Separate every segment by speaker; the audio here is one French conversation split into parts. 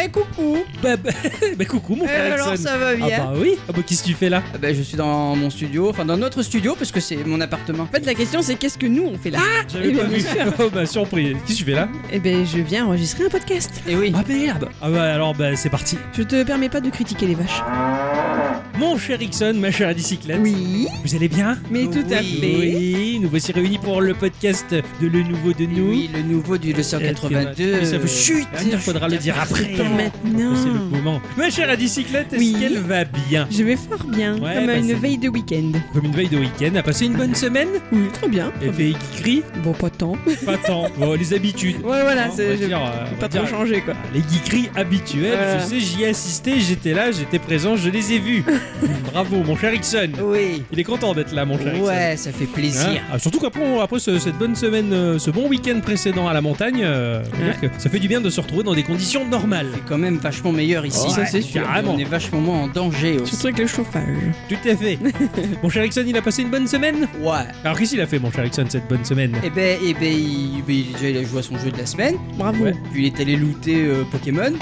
Speaker 1: Eh coucou
Speaker 2: Bah, bah, bah, coucou mon
Speaker 1: Eh
Speaker 2: frère
Speaker 1: alors
Speaker 2: Exxon.
Speaker 1: ça va
Speaker 2: Ah
Speaker 1: bien
Speaker 2: bah oui Ah bah qu'est-ce que tu fais là
Speaker 1: Ah bah, Je suis dans mon studio, enfin dans notre studio parce que c'est mon appartement.
Speaker 3: En fait, la question, c'est qu'est-ce que nous, on fait là
Speaker 2: J'avais
Speaker 3: eh
Speaker 2: pas
Speaker 3: bien,
Speaker 2: vu Oh bah surpris Qu'est-ce que tu fais là
Speaker 3: Eh ben, je viens enregistrer un podcast.
Speaker 1: Et Eh oui.
Speaker 2: Ah merde Ah bah alors bah c'est parti
Speaker 3: Je te permets pas de critiquer les vaches.
Speaker 2: Mon cher Ixon, ma chère bicyclette
Speaker 3: Oui,
Speaker 2: Vous allez bien
Speaker 3: mais tout à
Speaker 1: Oui.
Speaker 3: fait.
Speaker 2: Oui, nous voici réunis pour le podcast de Le Nouveau de
Speaker 1: Et Eh
Speaker 2: Nous. Ah,
Speaker 1: oui, Ah, le nouveau du le
Speaker 2: Mais
Speaker 1: 182.
Speaker 2: ça vous chute Il faudra le dire après
Speaker 3: Attends, maintenant.
Speaker 2: C'est le moment. Ma chère bicyclette, est-ce
Speaker 3: Oui.
Speaker 2: qu'elle va bien
Speaker 3: Je vais fort bien,
Speaker 2: Ouais,
Speaker 3: comme
Speaker 2: bah,
Speaker 3: à
Speaker 2: c'est-
Speaker 3: une veille de week-end.
Speaker 2: Comme une veille de week-end, a passé une bonne semaine
Speaker 3: Oui, très bien. très
Speaker 2: Elle fait crie
Speaker 3: bien. Bon, pas tant.
Speaker 2: Pas tant. Bon, les habitudes.
Speaker 3: Ouais, voilà,
Speaker 2: Hein,
Speaker 3: c'est
Speaker 2: on va
Speaker 3: je-
Speaker 2: dire, euh, on va
Speaker 3: pas
Speaker 2: dire,
Speaker 3: trop changé quoi.
Speaker 2: Les geekeries habituelles,
Speaker 3: Voilà.
Speaker 2: je sais, j'y ai assisté, j'étais là, j'étais présent, je les ai vus. Bravo, mon cher Ixon.
Speaker 1: Oui.
Speaker 2: Il est content d'être là, mon cher Ixon.
Speaker 1: Ouais, ça fait plaisir.
Speaker 2: Hein Ah, surtout qu'après on- après ce- cette bonne semaine, euh, ce bon week-end précédent à la montagne, euh, faut dire que ça fait du bien de se retrouver dans des conditions normales.
Speaker 1: C'est quand même vachement meilleur ici.
Speaker 2: Ouais,
Speaker 3: ça, c'est sûr.
Speaker 2: Carrément.
Speaker 1: On est vachement moins en danger aussi.
Speaker 3: Surtout avec le chauffage.
Speaker 2: Tout à fait. mon cher Ixon, il a passé une bonne semaine
Speaker 1: Ouais.
Speaker 2: Alors qu'est-ce qu'il a fait, mon cher Ixon, cette bonne semaine
Speaker 1: Et ben, et ben, il, ben, il- déjà il a joué à son jeu de la semaine.
Speaker 3: Bravo.
Speaker 2: Ouais.
Speaker 1: Puis il est allé looter euh, Pokémon.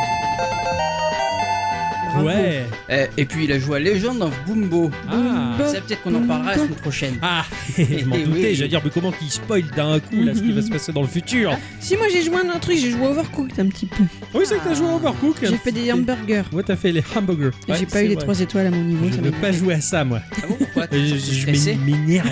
Speaker 3: bravo.
Speaker 2: Ouais.
Speaker 1: Euh, et puis il a joué à Legend of Boombo.
Speaker 2: Ah.
Speaker 1: Ça peut-être qu'on en reparlera la semaine prochaine.
Speaker 2: Ah, je m'en
Speaker 1: Eh oui.
Speaker 2: doutais, j'allais dire, mais comment qu'il spoil d'un coup là ce qui va se passer dans le futur
Speaker 1: Ah.
Speaker 3: Si moi j'ai joué à un autre truc, j'ai joué à Overcooked un petit peu.
Speaker 2: Oui, c'est que t'as joué à Overcook
Speaker 3: J'ai fait des hamburgers.
Speaker 2: Ouais, t'as fait les hamburgers.
Speaker 3: Et
Speaker 2: Ouais,
Speaker 3: j'ai pas
Speaker 2: c'est
Speaker 3: eu les
Speaker 2: vrai.
Speaker 3: 3 étoiles à mon niveau.
Speaker 2: Je
Speaker 3: ça
Speaker 2: veux
Speaker 3: m'a-
Speaker 2: pas jouer à ça, moi.
Speaker 1: Ah bon, pourquoi
Speaker 2: Je,
Speaker 1: T'es
Speaker 2: je
Speaker 1: stressé
Speaker 2: m'é- m'énerve.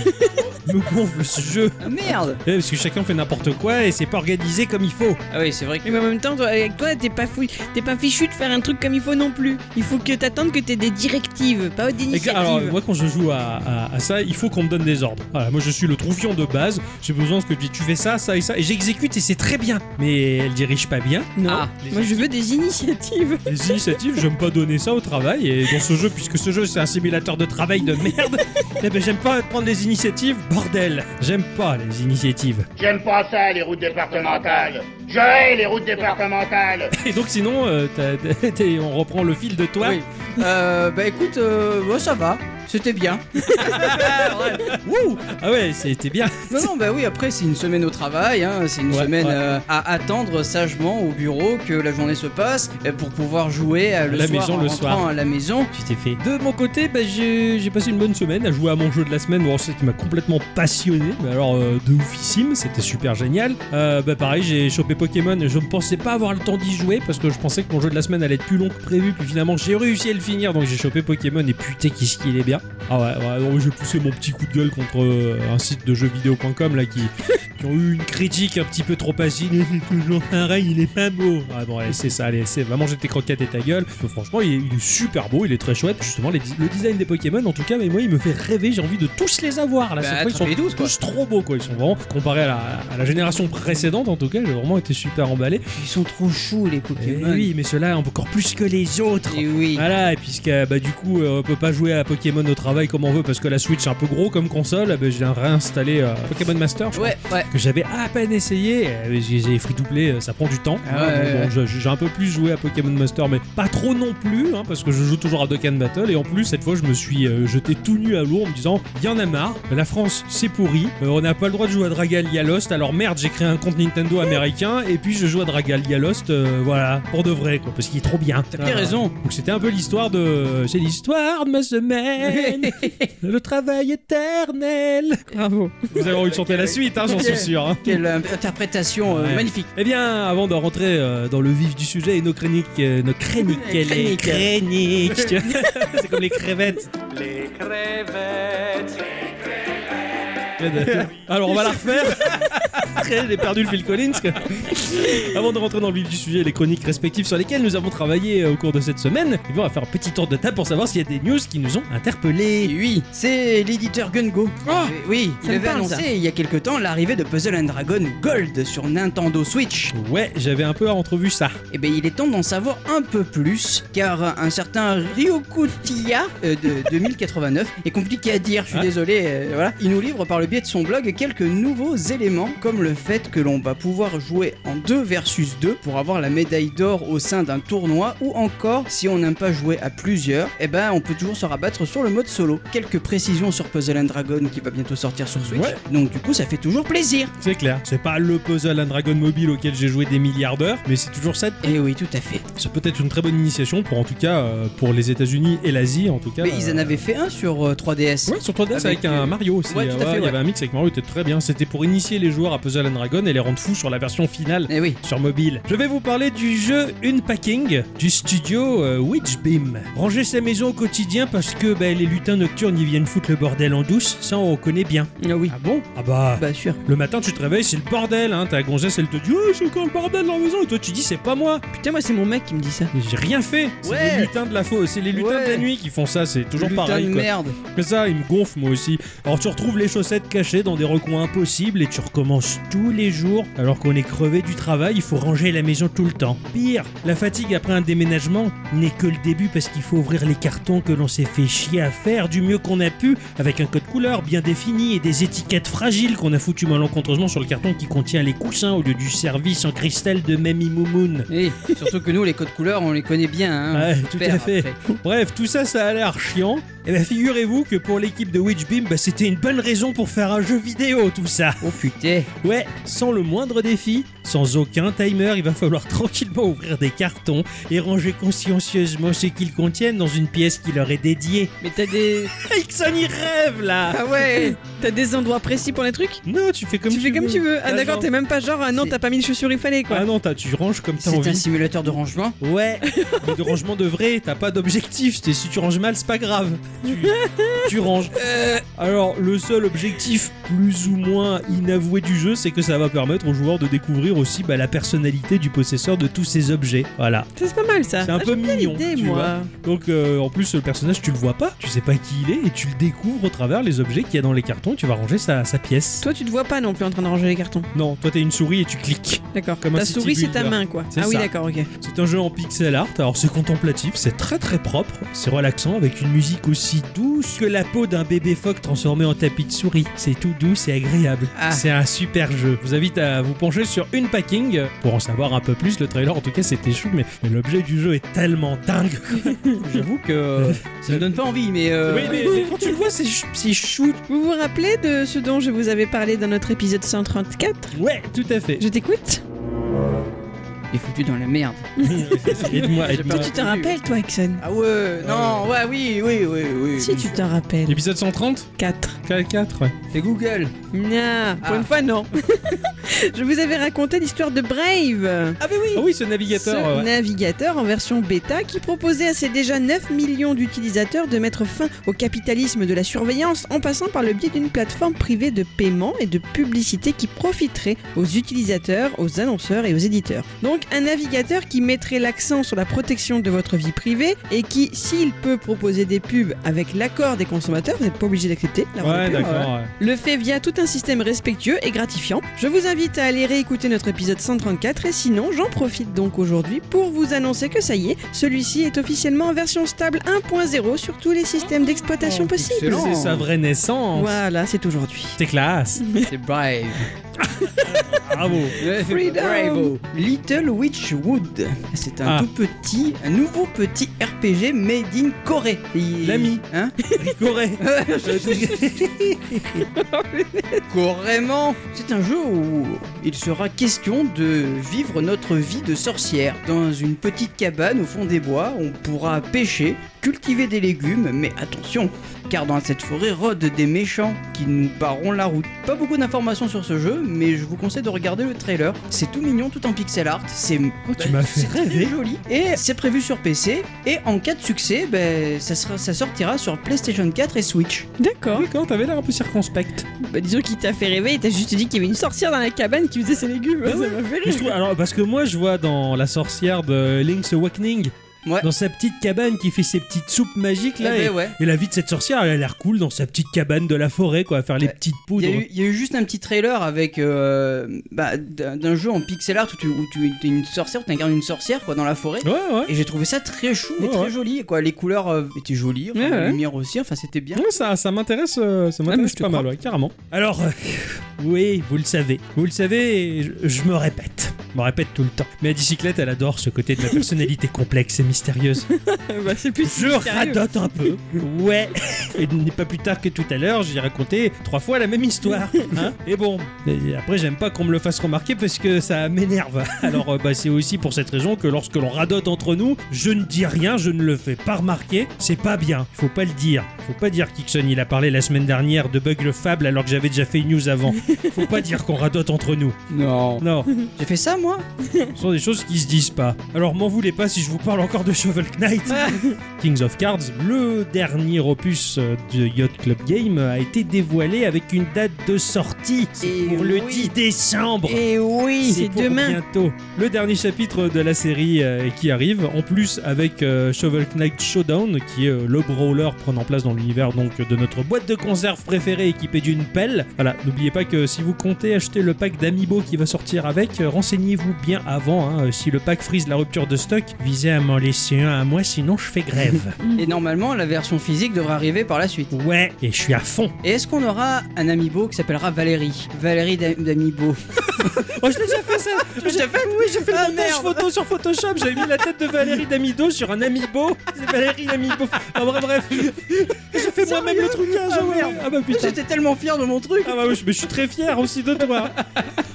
Speaker 2: me gonfle ce jeu.
Speaker 1: Ah merde
Speaker 2: Eh, Parce que chacun fait n'importe quoi et c'est pas organisé comme il faut.
Speaker 1: Ah oui, c'est vrai que.
Speaker 3: Mais en même temps, toi, avec toi, t'es pas, fou... t'es pas fichu de faire un truc comme il faut non plus. Il faut que t'attendes que t'aies des directives, pas des
Speaker 2: Et que- Alors,
Speaker 3: initiatives.
Speaker 2: moi, quand je joue à, à- à ça, il faut qu'on me donne des ordres. Voilà, moi, je suis le troufion de base. J'ai besoin que tu, tu fais ça, ça et ça. Et j'exécute et c'est très bien. Mais elle dirige pas bien.
Speaker 3: Non,
Speaker 1: Ah,
Speaker 3: moi je veux des initiatives.
Speaker 2: Les initiatives, j'aime pas donner ça au travail. Et dans ce jeu, puisque ce jeu c'est un simulateur de travail de merde, eh ben, j'aime pas prendre les initiatives, bordel. J'aime pas les initiatives.
Speaker 4: J'aime pas ça, les routes départementales. Je hais les routes départementales.
Speaker 2: Et donc sinon, euh, t'as- t'as- t'es- on reprend le fil de toi.
Speaker 1: Oui. Euh, bah écoute, euh, bah, ça va. C'était bien.
Speaker 2: Wouh ah ouais, c'était bien.
Speaker 1: Non, non, bah oui, après, c'est une semaine au travail, hein, c'est une
Speaker 2: Ouais,
Speaker 1: semaine
Speaker 2: ouais.
Speaker 1: euh, à attendre sagement au bureau que la journée se passe euh, pour pouvoir jouer euh, le
Speaker 2: La
Speaker 1: soir
Speaker 2: maison,
Speaker 1: en
Speaker 2: le
Speaker 1: rentrant
Speaker 2: soir.
Speaker 1: à la maison.
Speaker 2: Tu t'es fait. De mon côté, bah, j'ai j'ai passé une bonne semaine à jouer à mon jeu de la semaine. Bon, c'est qui m'a complètement passionné, mais alors euh, de oufissime, c'était super génial. Euh, bah, pareil, j'ai chopé Pokémon. Je ne pensais pas avoir le temps d'y jouer parce que je pensais que mon jeu de la semaine allait être plus long que prévu. Puis finalement, j'ai réussi à le finir, donc j'ai chopé Pokémon et putain, qu'est-ce qu'il est bien. Ah ouais, ouais, non, mais j'ai poussé mon petit coup de gueule contre euh, un site de jeuxvideo.com là qui, qui ont eu une critique un petit peu trop facile. C'est toujours pareil, il est pas beau. Ah bon, allez, c'est ça, allez, c'est vraiment j'étais croquette et ta gueule. Parce que franchement, il est, il est super beau, il est très chouette. Justement, les dis- le design des Pokémon, en tout cas, mais moi, il me fait rêver. J'ai envie de tous les avoir là.
Speaker 1: Bah,
Speaker 2: cette fois, ils sont
Speaker 1: attrape les douze, quoi.
Speaker 2: tous trop beaux, quoi. Ils sont vraiment comparés à la, à la génération précédente, en tout cas. J'ai vraiment été super emballé.
Speaker 1: Ils sont trop choux, les
Speaker 2: Et
Speaker 1: Pokémon.
Speaker 2: Eh oui, mais ceux-là encore plus que les autres.
Speaker 1: Et oui.
Speaker 2: Voilà, et puisque euh, bah, du coup, euh, on peut pas jouer à Pokémon au travail comme on veut parce que la Switch est un peu gros comme console, euh, bah, j'ai réinstallé euh, Pokémon Master, je crois,
Speaker 1: Ouais, ouais.
Speaker 2: que j'avais à peine essayé. euh, j'ai j'ai free to play, euh, ça prend du temps.
Speaker 1: Ah ouais,
Speaker 2: Hein,
Speaker 1: ouais,
Speaker 2: bon,
Speaker 1: ouais.
Speaker 2: je- J'ai un peu plus joué à Pokémon Master, mais pas trop non plus, hein, parce que je joue toujours à Dokkan Battle. Et en plus, cette fois, je me suis euh, jeté tout nu à l'eau en me disant y en a marre, la France c'est pourri, euh, on n'a pas le droit de jouer à Dragalia Lost, alors merde, j'ai créé un compte Nintendo américain et puis je joue à Dragalia Lost, euh, voilà, pour de vrai, quoi, parce qu'il est trop bien.
Speaker 1: T'as bien raison.
Speaker 2: Donc c'était un peu l'histoire de. C'est l'histoire de ma semaine. le travail éternel.
Speaker 3: Bravo.
Speaker 2: Vous avez envie de chanter la suite, hein, j'en suis sûr. hein.
Speaker 1: Quelle euh, interprétation euh,
Speaker 2: Ouais.
Speaker 1: magnifique.
Speaker 2: Eh bien, avant de rentrer euh, dans le vif du sujet et nos chroniques, euh, nos chroniques, les
Speaker 1: Chroniques.
Speaker 2: chroniques, tu vois, c'est comme les crevettes.
Speaker 5: Les crevettes.
Speaker 2: Alors on va la refaire. Après, J'ai perdu le Phil Collins. quoi. Avant de rentrer dans le vif du sujet, les chroniques respectives sur lesquelles nous avons travaillé euh, au cours de cette semaine, eh bien, on va faire un petit tour de table pour savoir s'il y a des news qui nous ont interpellés.
Speaker 1: Et Eh oui, c'est l'éditeur Gungo.
Speaker 3: Oh,
Speaker 1: Et oui,
Speaker 3: ça
Speaker 1: il
Speaker 3: me
Speaker 1: avait
Speaker 3: parle,
Speaker 1: annoncé
Speaker 3: ça.
Speaker 1: il y a quelque temps l'arrivée de Puzzle and Dragon Gold sur Nintendo Switch.
Speaker 2: Ouais, j'avais un peu entrevu ça.
Speaker 1: Eh bien, il est temps d'en savoir un peu plus, car un certain Ryoku Tiya euh, de 2089 est compliqué à dire, je suis
Speaker 2: Ah.
Speaker 1: désolé, euh, voilà. Il nous livre par le biais de son blog quelques nouveaux éléments, comme le fait que l'on va pouvoir jouer en 2 versus 2 pour avoir la médaille d'or au sein d'un tournoi ou encore si on n'aime pas jouer à plusieurs, eh ben on peut toujours se rabattre sur le mode solo. Quelques précisions sur Puzzle and Dragon qui va bientôt sortir sur Switch.
Speaker 2: Ouais.
Speaker 1: Donc du coup ça fait toujours plaisir.
Speaker 2: C'est clair, c'est pas le puzzle and dragon mobile auquel j'ai joué des milliards d'heures, mais c'est toujours ça.
Speaker 1: Et Eh oui tout à fait.
Speaker 2: C'est peut-être une très bonne initiation pour en tout cas euh, pour les États-Unis et l'Asie en tout cas.
Speaker 1: Mais ils en
Speaker 2: euh,
Speaker 1: avaient fait un sur euh, 3DS.
Speaker 2: Ouais, sur 3DS avec,
Speaker 1: Avec,
Speaker 2: un
Speaker 1: euh,
Speaker 2: Mario aussi.
Speaker 1: ouais, tout à fait,
Speaker 2: Il y
Speaker 1: ouais.
Speaker 2: avait un mix avec Mario, il était très bien. C'était pour initier les joueurs à Puzzle and Dragon et les rendre fous sur la version finale
Speaker 1: Et Eh oui.
Speaker 2: sur mobile. Je vais vous parler du jeu Unpacking du studio euh, Witchbeam. Ranger sa maison au quotidien parce que bah, les lutins nocturnes ils viennent foutre le bordel en douce, ça on reconnaît bien.
Speaker 1: Ah oui.
Speaker 2: Ah bon Ah bah.
Speaker 1: Bah sûr.
Speaker 2: Le matin, tu te réveilles, c'est le bordel, hein. Ta gonzesse, elle te dit, oh, c'est encore le bordel dans la maison. Et toi, tu dis, c'est pas moi.
Speaker 3: Putain, moi, c'est mon mec qui me dit ça.
Speaker 2: Mais J'ai rien fait. C'est
Speaker 1: Ouais.
Speaker 2: les lutins de la fausse, c'est les lutins de la
Speaker 1: Ouais.
Speaker 2: nuit qui font ça. C'est toujours
Speaker 1: Putain
Speaker 2: pareil.
Speaker 1: de
Speaker 2: quoi.
Speaker 1: merde.
Speaker 2: Mais ça, il me gonfle moi aussi. Alors tu retrouves les chaussettes cachées dans des recoins impossibles et tu recommences tous les jours. Alors qu'on est crevé du travail, il faut ranger la maison tout le temps. Pire, la fatigue après un déménagement n'est que le début parce qu'il faut ouvrir les cartons que l'on s'est fait chier à faire du mieux qu'on a pu, avec un code couleur bien défini et des étiquettes fragiles qu'on a foutu malencontreusement sur le carton qui contient les coussins au lieu du service en cristal de Mamie Moumoun.
Speaker 1: Et surtout que nous les codes couleurs on les connaît bien. Hein.
Speaker 2: Ouais,
Speaker 1: On
Speaker 2: tout
Speaker 1: perd
Speaker 2: à fait.
Speaker 1: après.
Speaker 2: Bref, tout ça, ça a l'air chiant. Et bien, figurez-vous que pour l'équipe de Witchbeam, bah, c'était une bonne raison pour faire un jeu vidéo, tout ça.
Speaker 1: Oh putain.
Speaker 2: Ouais, sans le moindre défi, sans aucun timer, il va falloir tranquillement ouvrir des cartons et ranger consciencieusement ce qu'ils contiennent dans une pièce qui leur est dédiée. Ah,
Speaker 3: Mais t'as des.
Speaker 2: Ixon, y rêve, là
Speaker 1: Ah ouais.
Speaker 3: T'as des endroits précis pour les trucs
Speaker 2: Non, tu fais comme
Speaker 3: Tu
Speaker 2: tu,
Speaker 3: fais comme
Speaker 2: veux.
Speaker 3: tu veux. Ah,
Speaker 2: Là,
Speaker 3: d'accord,
Speaker 2: genre-
Speaker 3: t'es même pas genre, ah non,
Speaker 1: C'est-
Speaker 3: t'as pas mis les chaussures, il fallait quoi.
Speaker 2: Ah non, t'as- tu ranges comme t'as
Speaker 1: C'est un
Speaker 2: envie.
Speaker 1: simulateur de rangement.
Speaker 2: Ouais, mais de rangement de vrai, t'as pas d'objectif. c'est- Si tu ranges mal, c'est pas grave. Tu, tu ranges.
Speaker 3: Euh.
Speaker 2: Alors, le seul objectif plus ou moins inavoué du jeu, c'est que ça va permettre aux joueurs de découvrir aussi bah, la personnalité du possesseur de tous ces objets. Voilà.
Speaker 3: Ça, C'est pas mal ça.
Speaker 2: C'est un
Speaker 3: Ah,
Speaker 2: peu
Speaker 3: j'aime bien
Speaker 2: mignon,
Speaker 3: l'idée,
Speaker 2: tu
Speaker 3: moi.
Speaker 2: Donc, euh, en plus, le personnage, tu le vois pas, tu sais pas qui il est, et tu le découvres au travers les objets qu'il y a dans les cartons. Tu vas ranger sa, sa pièce.
Speaker 3: Toi, tu te vois pas non plus en train de ranger les cartons.
Speaker 2: Non, toi, t'es une souris et tu cliques.
Speaker 3: D'accord.
Speaker 2: Comme un
Speaker 3: Ta
Speaker 2: city
Speaker 3: souris, c'est ta
Speaker 2: builder.
Speaker 3: main, quoi.
Speaker 2: C'est
Speaker 3: Ah oui,
Speaker 2: ça.
Speaker 3: d'accord, ok.
Speaker 2: C'est un jeu en pixel art, alors c'est contemplatif, c'est très très propre, c'est relaxant avec une musique aussi douce que la peau d'un bébé phoque transformé en tapis de souris. C'est tout doux, c'est agréable.
Speaker 1: Ah.
Speaker 2: C'est un super jeu. Je vous invite à vous pencher sur une packing pour en savoir un peu plus. Le trailer en tout cas c'était chou, mais, mais l'objet du jeu est tellement dingue.
Speaker 1: J'avoue que euh, ça me donne pas envie, mais. euh,
Speaker 2: Oui, mais, mais quand tu le vois, c'est chou- c'est chou.
Speaker 3: Vous vous rappelez de ce dont je vous avais parlé dans notre épisode 134
Speaker 2: Ouais, tout à fait.
Speaker 3: Je t'écoute
Speaker 1: Il est foutu dans la merde.
Speaker 2: Aide-moi, aide-moi.
Speaker 3: Toi, tu t'en rappelles, toi, Exxon
Speaker 1: Ah ouais, non, ouais, oui, oui, oui, oui.
Speaker 3: Si tu t'en rappelles.
Speaker 2: Épisode 130
Speaker 3: Quatre.
Speaker 2: 4 ouais.
Speaker 1: C'est Google.
Speaker 3: Nya, pour
Speaker 1: Ah.
Speaker 3: une fois, non. je vous avais raconté l'histoire de Brave. Oh,
Speaker 1: Ah bah oui.
Speaker 2: Ah oui, ce navigateur.
Speaker 3: Ce
Speaker 2: ouais.
Speaker 3: navigateur en version bêta qui proposait à ses déjà 9 millions d'utilisateurs de mettre fin au capitalisme de la surveillance en passant par le biais d'une plateforme privée de paiement et de publicité qui profiterait aux utilisateurs, aux annonceurs et aux éditeurs. Donc un navigateur qui mettrait l'accent sur la protection de votre vie privée et qui, s'il peut proposer des pubs avec l'accord des consommateurs, vous n'êtes pas obligé d'accepter. la hein.
Speaker 2: Ouais,
Speaker 3: pub,
Speaker 2: d'accord. ouais.
Speaker 3: le fait via tout un système respectueux et gratifiant. Je vous invite à aller réécouter notre épisode 134 et sinon j'en profite donc aujourd'hui pour vous annoncer que ça y est, celui-ci est officiellement en version stable 1.0 sur tous les systèmes d'exploitation
Speaker 1: Oh,
Speaker 3: possibles.
Speaker 1: excellent.
Speaker 2: C'est hein. sa vraie naissance.
Speaker 3: Voilà, c'est aujourd'hui.
Speaker 2: C'est classe.
Speaker 1: C'est Brave.
Speaker 2: Bravo.
Speaker 3: Freedom.
Speaker 1: Bravo. Little Witchwood. C'est un
Speaker 2: Ah.
Speaker 1: tout petit, un nouveau petit RPG made in Corée. Il-
Speaker 2: L'ami.
Speaker 1: Hein
Speaker 2: Ricoré.
Speaker 1: Carrément C'est un jeu où il sera question de vivre notre vie de sorcière. Dans une petite cabane au fond des bois, on pourra pêcher, cultiver des légumes, mais attention, car dans cette forêt rôdent des méchants qui nous barront la route. Pas beaucoup d'informations sur ce jeu, mais je vous conseille de regarder le trailer. C'est tout mignon, tout en pixel art, c'est
Speaker 2: Oh,
Speaker 1: bah,
Speaker 2: tu m'as fait
Speaker 1: c'est très
Speaker 2: rêver.
Speaker 1: joli. Et c'est prévu sur PC, et en cas de succès, ben, ça, sera, ça sortira sur PlayStation 4 et Switch.
Speaker 3: D'accord.
Speaker 2: Quand t'avais l'air un peu circonspect.
Speaker 3: Bah, disons qu'il t'a fait rêver et t'as juste dit qu'il y avait une sorcière dans la cabane qui faisait ses légumes.
Speaker 2: Bah
Speaker 3: ça
Speaker 2: ouais.
Speaker 3: m'a fait
Speaker 2: Mais je trouve-
Speaker 3: rire.
Speaker 2: alors, parce que moi, je vois dans La sorcière de Link's Awakening,
Speaker 1: Ouais.
Speaker 2: dans sa petite cabane qui fait ses petites soupes magiques là.
Speaker 1: Eh
Speaker 2: et...
Speaker 1: ben ouais.
Speaker 2: et la vie de cette sorcière, elle a l'air cool dans sa petite cabane de la forêt, quoi, à faire les
Speaker 1: Ouais.
Speaker 2: petites
Speaker 1: Il y,
Speaker 2: poudres.
Speaker 1: a eu- il y a eu juste un petit trailer avec euh, bah, d'un d'un jeu en pixel art où tu, où tu es une sorcière, tu incarnes une sorcière quoi dans la forêt.
Speaker 2: Ouais, ouais.
Speaker 1: Et j'ai trouvé ça très chou et
Speaker 2: Ouais, ouais.
Speaker 1: très joli quoi. Les couleurs euh, étaient jolies, enfin,
Speaker 3: Ouais,
Speaker 1: la
Speaker 3: ouais.
Speaker 1: lumière aussi, enfin c'était bien.
Speaker 2: Ouais, ça, ça m'intéresse, euh, ça
Speaker 3: Ah, mais
Speaker 2: m'intéresse
Speaker 3: je te
Speaker 2: pas mal,
Speaker 3: crois.
Speaker 2: ouais, carrément. Alors, euh, Oui, vous le savez. Vous le savez, et je, je me répète. Je me répète tout le temps. Mais la bicyclette, elle adore ce côté de ma personnalité complexe et mystérieuse.
Speaker 3: bah, c'est plus
Speaker 2: Je
Speaker 3: mystérieux.
Speaker 2: radote un peu. Ouais. Et n'est pas plus tard que tout à l'heure, j'ai raconté trois fois la même histoire. hein. et bon, et après, j'aime pas qu'on me le fasse remarquer parce que ça m'énerve. Alors, euh, bah, c'est aussi pour cette raison que lorsque l'on radote entre nous, je ne dis rien, je ne le fais pas remarquer. C'est pas bien. Faut pas le dire. Faut pas dire qu'Ixon, il a parlé la semaine dernière de Bug le Fable alors que j'avais déjà fait une news avant. Faut pas dire qu'on radote entre nous.
Speaker 1: Non.
Speaker 2: Non,
Speaker 1: J'ai fait ça moi
Speaker 2: ce sont des choses qui se disent pas. Alors m'en voulez pas si je vous parle encore de Shovel Knight. Kings of Cards, le dernier opus euh, de Yacht Club Game, a été dévoilé avec une date de sortie C'est
Speaker 1: Et
Speaker 2: pour le
Speaker 1: oui.
Speaker 2: 10 décembre.
Speaker 3: Et Eh oui, c'est
Speaker 2: pour
Speaker 3: demain.
Speaker 2: Bientôt. Le dernier chapitre de la série euh, qui arrive, en plus avec euh, Shovel Knight Showdown, qui est euh, le brawler prenant place dans l'univers donc de notre boîte de conserve préférée équipée d'une pelle. Voilà, n'oubliez pas que si vous comptez acheter le pack d'Amiibo qui va sortir avec, euh, renseignez-vous bien avant. hein. si le pack frise la rupture de stock, visez à m'en laisser un à moi, sinon je fais grève.
Speaker 1: Et normalement, la version physique devrait arriver par la suite.
Speaker 2: ouais, et je suis à fond.
Speaker 1: Et est-ce qu'on aura un amiibo qui s'appellera Valérie Valérie d'A- d'amiibo.
Speaker 2: Oh, je l'ai déjà fait ça Je l'ai déjà fait Oui, j'ai fait le
Speaker 1: Ah,
Speaker 2: montage
Speaker 1: merde.
Speaker 2: photo sur Photoshop, j'avais mis la tête de Valérie D'Amido sur un amiibo. C'est Valérie D'Amido. Ah, bref, bref. J'ai fait moi-même le trucage, ah, ouais. Ah, bah putain.
Speaker 1: J'étais tellement fier de mon truc.
Speaker 2: Ah, bah, oui, mais je suis très fier aussi de toi.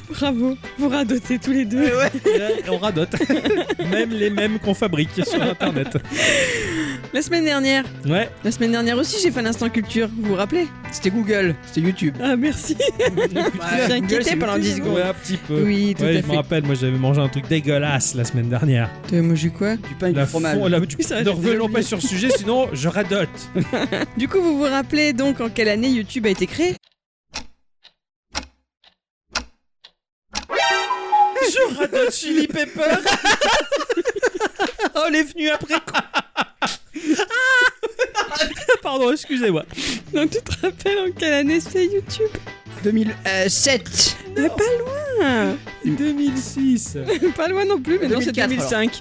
Speaker 3: Bravo, vous radotez tous les deux.
Speaker 1: Ouais, ouais.
Speaker 2: Et on radote. Même les mêmes qu'on fabrique sur Internet.
Speaker 3: La semaine dernière,
Speaker 2: Ouais.
Speaker 3: la semaine dernière aussi, j'ai fait l'instant culture. Vous vous rappelez
Speaker 1: C'était Google, c'était YouTube.
Speaker 3: Ah merci.
Speaker 2: Bah,
Speaker 1: Ouais,
Speaker 3: j'ai
Speaker 1: Google, hein.
Speaker 3: inquiété
Speaker 1: c'est
Speaker 3: pendant
Speaker 1: YouTube,
Speaker 3: 10 secondes.
Speaker 2: Ouais, un petit peu.
Speaker 3: Oui, tout
Speaker 2: Ouais,
Speaker 3: à
Speaker 2: je me
Speaker 3: fait.
Speaker 2: rappelle, moi j'avais mangé un truc dégueulasse la semaine dernière.
Speaker 3: T'as mangé quoi
Speaker 1: Du pain et du fromage.
Speaker 2: fond- la- tu-
Speaker 3: Oui, ça, j'ai
Speaker 2: ne
Speaker 3: déjà
Speaker 2: revenons
Speaker 3: oublié.
Speaker 2: pas sur ce sujet, sinon je radote.
Speaker 3: Du coup, vous vous rappelez donc en quelle année YouTube a été créé
Speaker 2: Je radote Chili Pepper.
Speaker 3: Oh,
Speaker 2: On est venu après quoi
Speaker 3: Ah
Speaker 2: Pardon, excusez-moi.
Speaker 3: Donc tu te rappelles en quelle année c'est YouTube
Speaker 1: 2007.
Speaker 3: Mais pas loin
Speaker 2: 2006.
Speaker 3: Ah, Pas loin non plus, mais non, c'est
Speaker 1: 2004,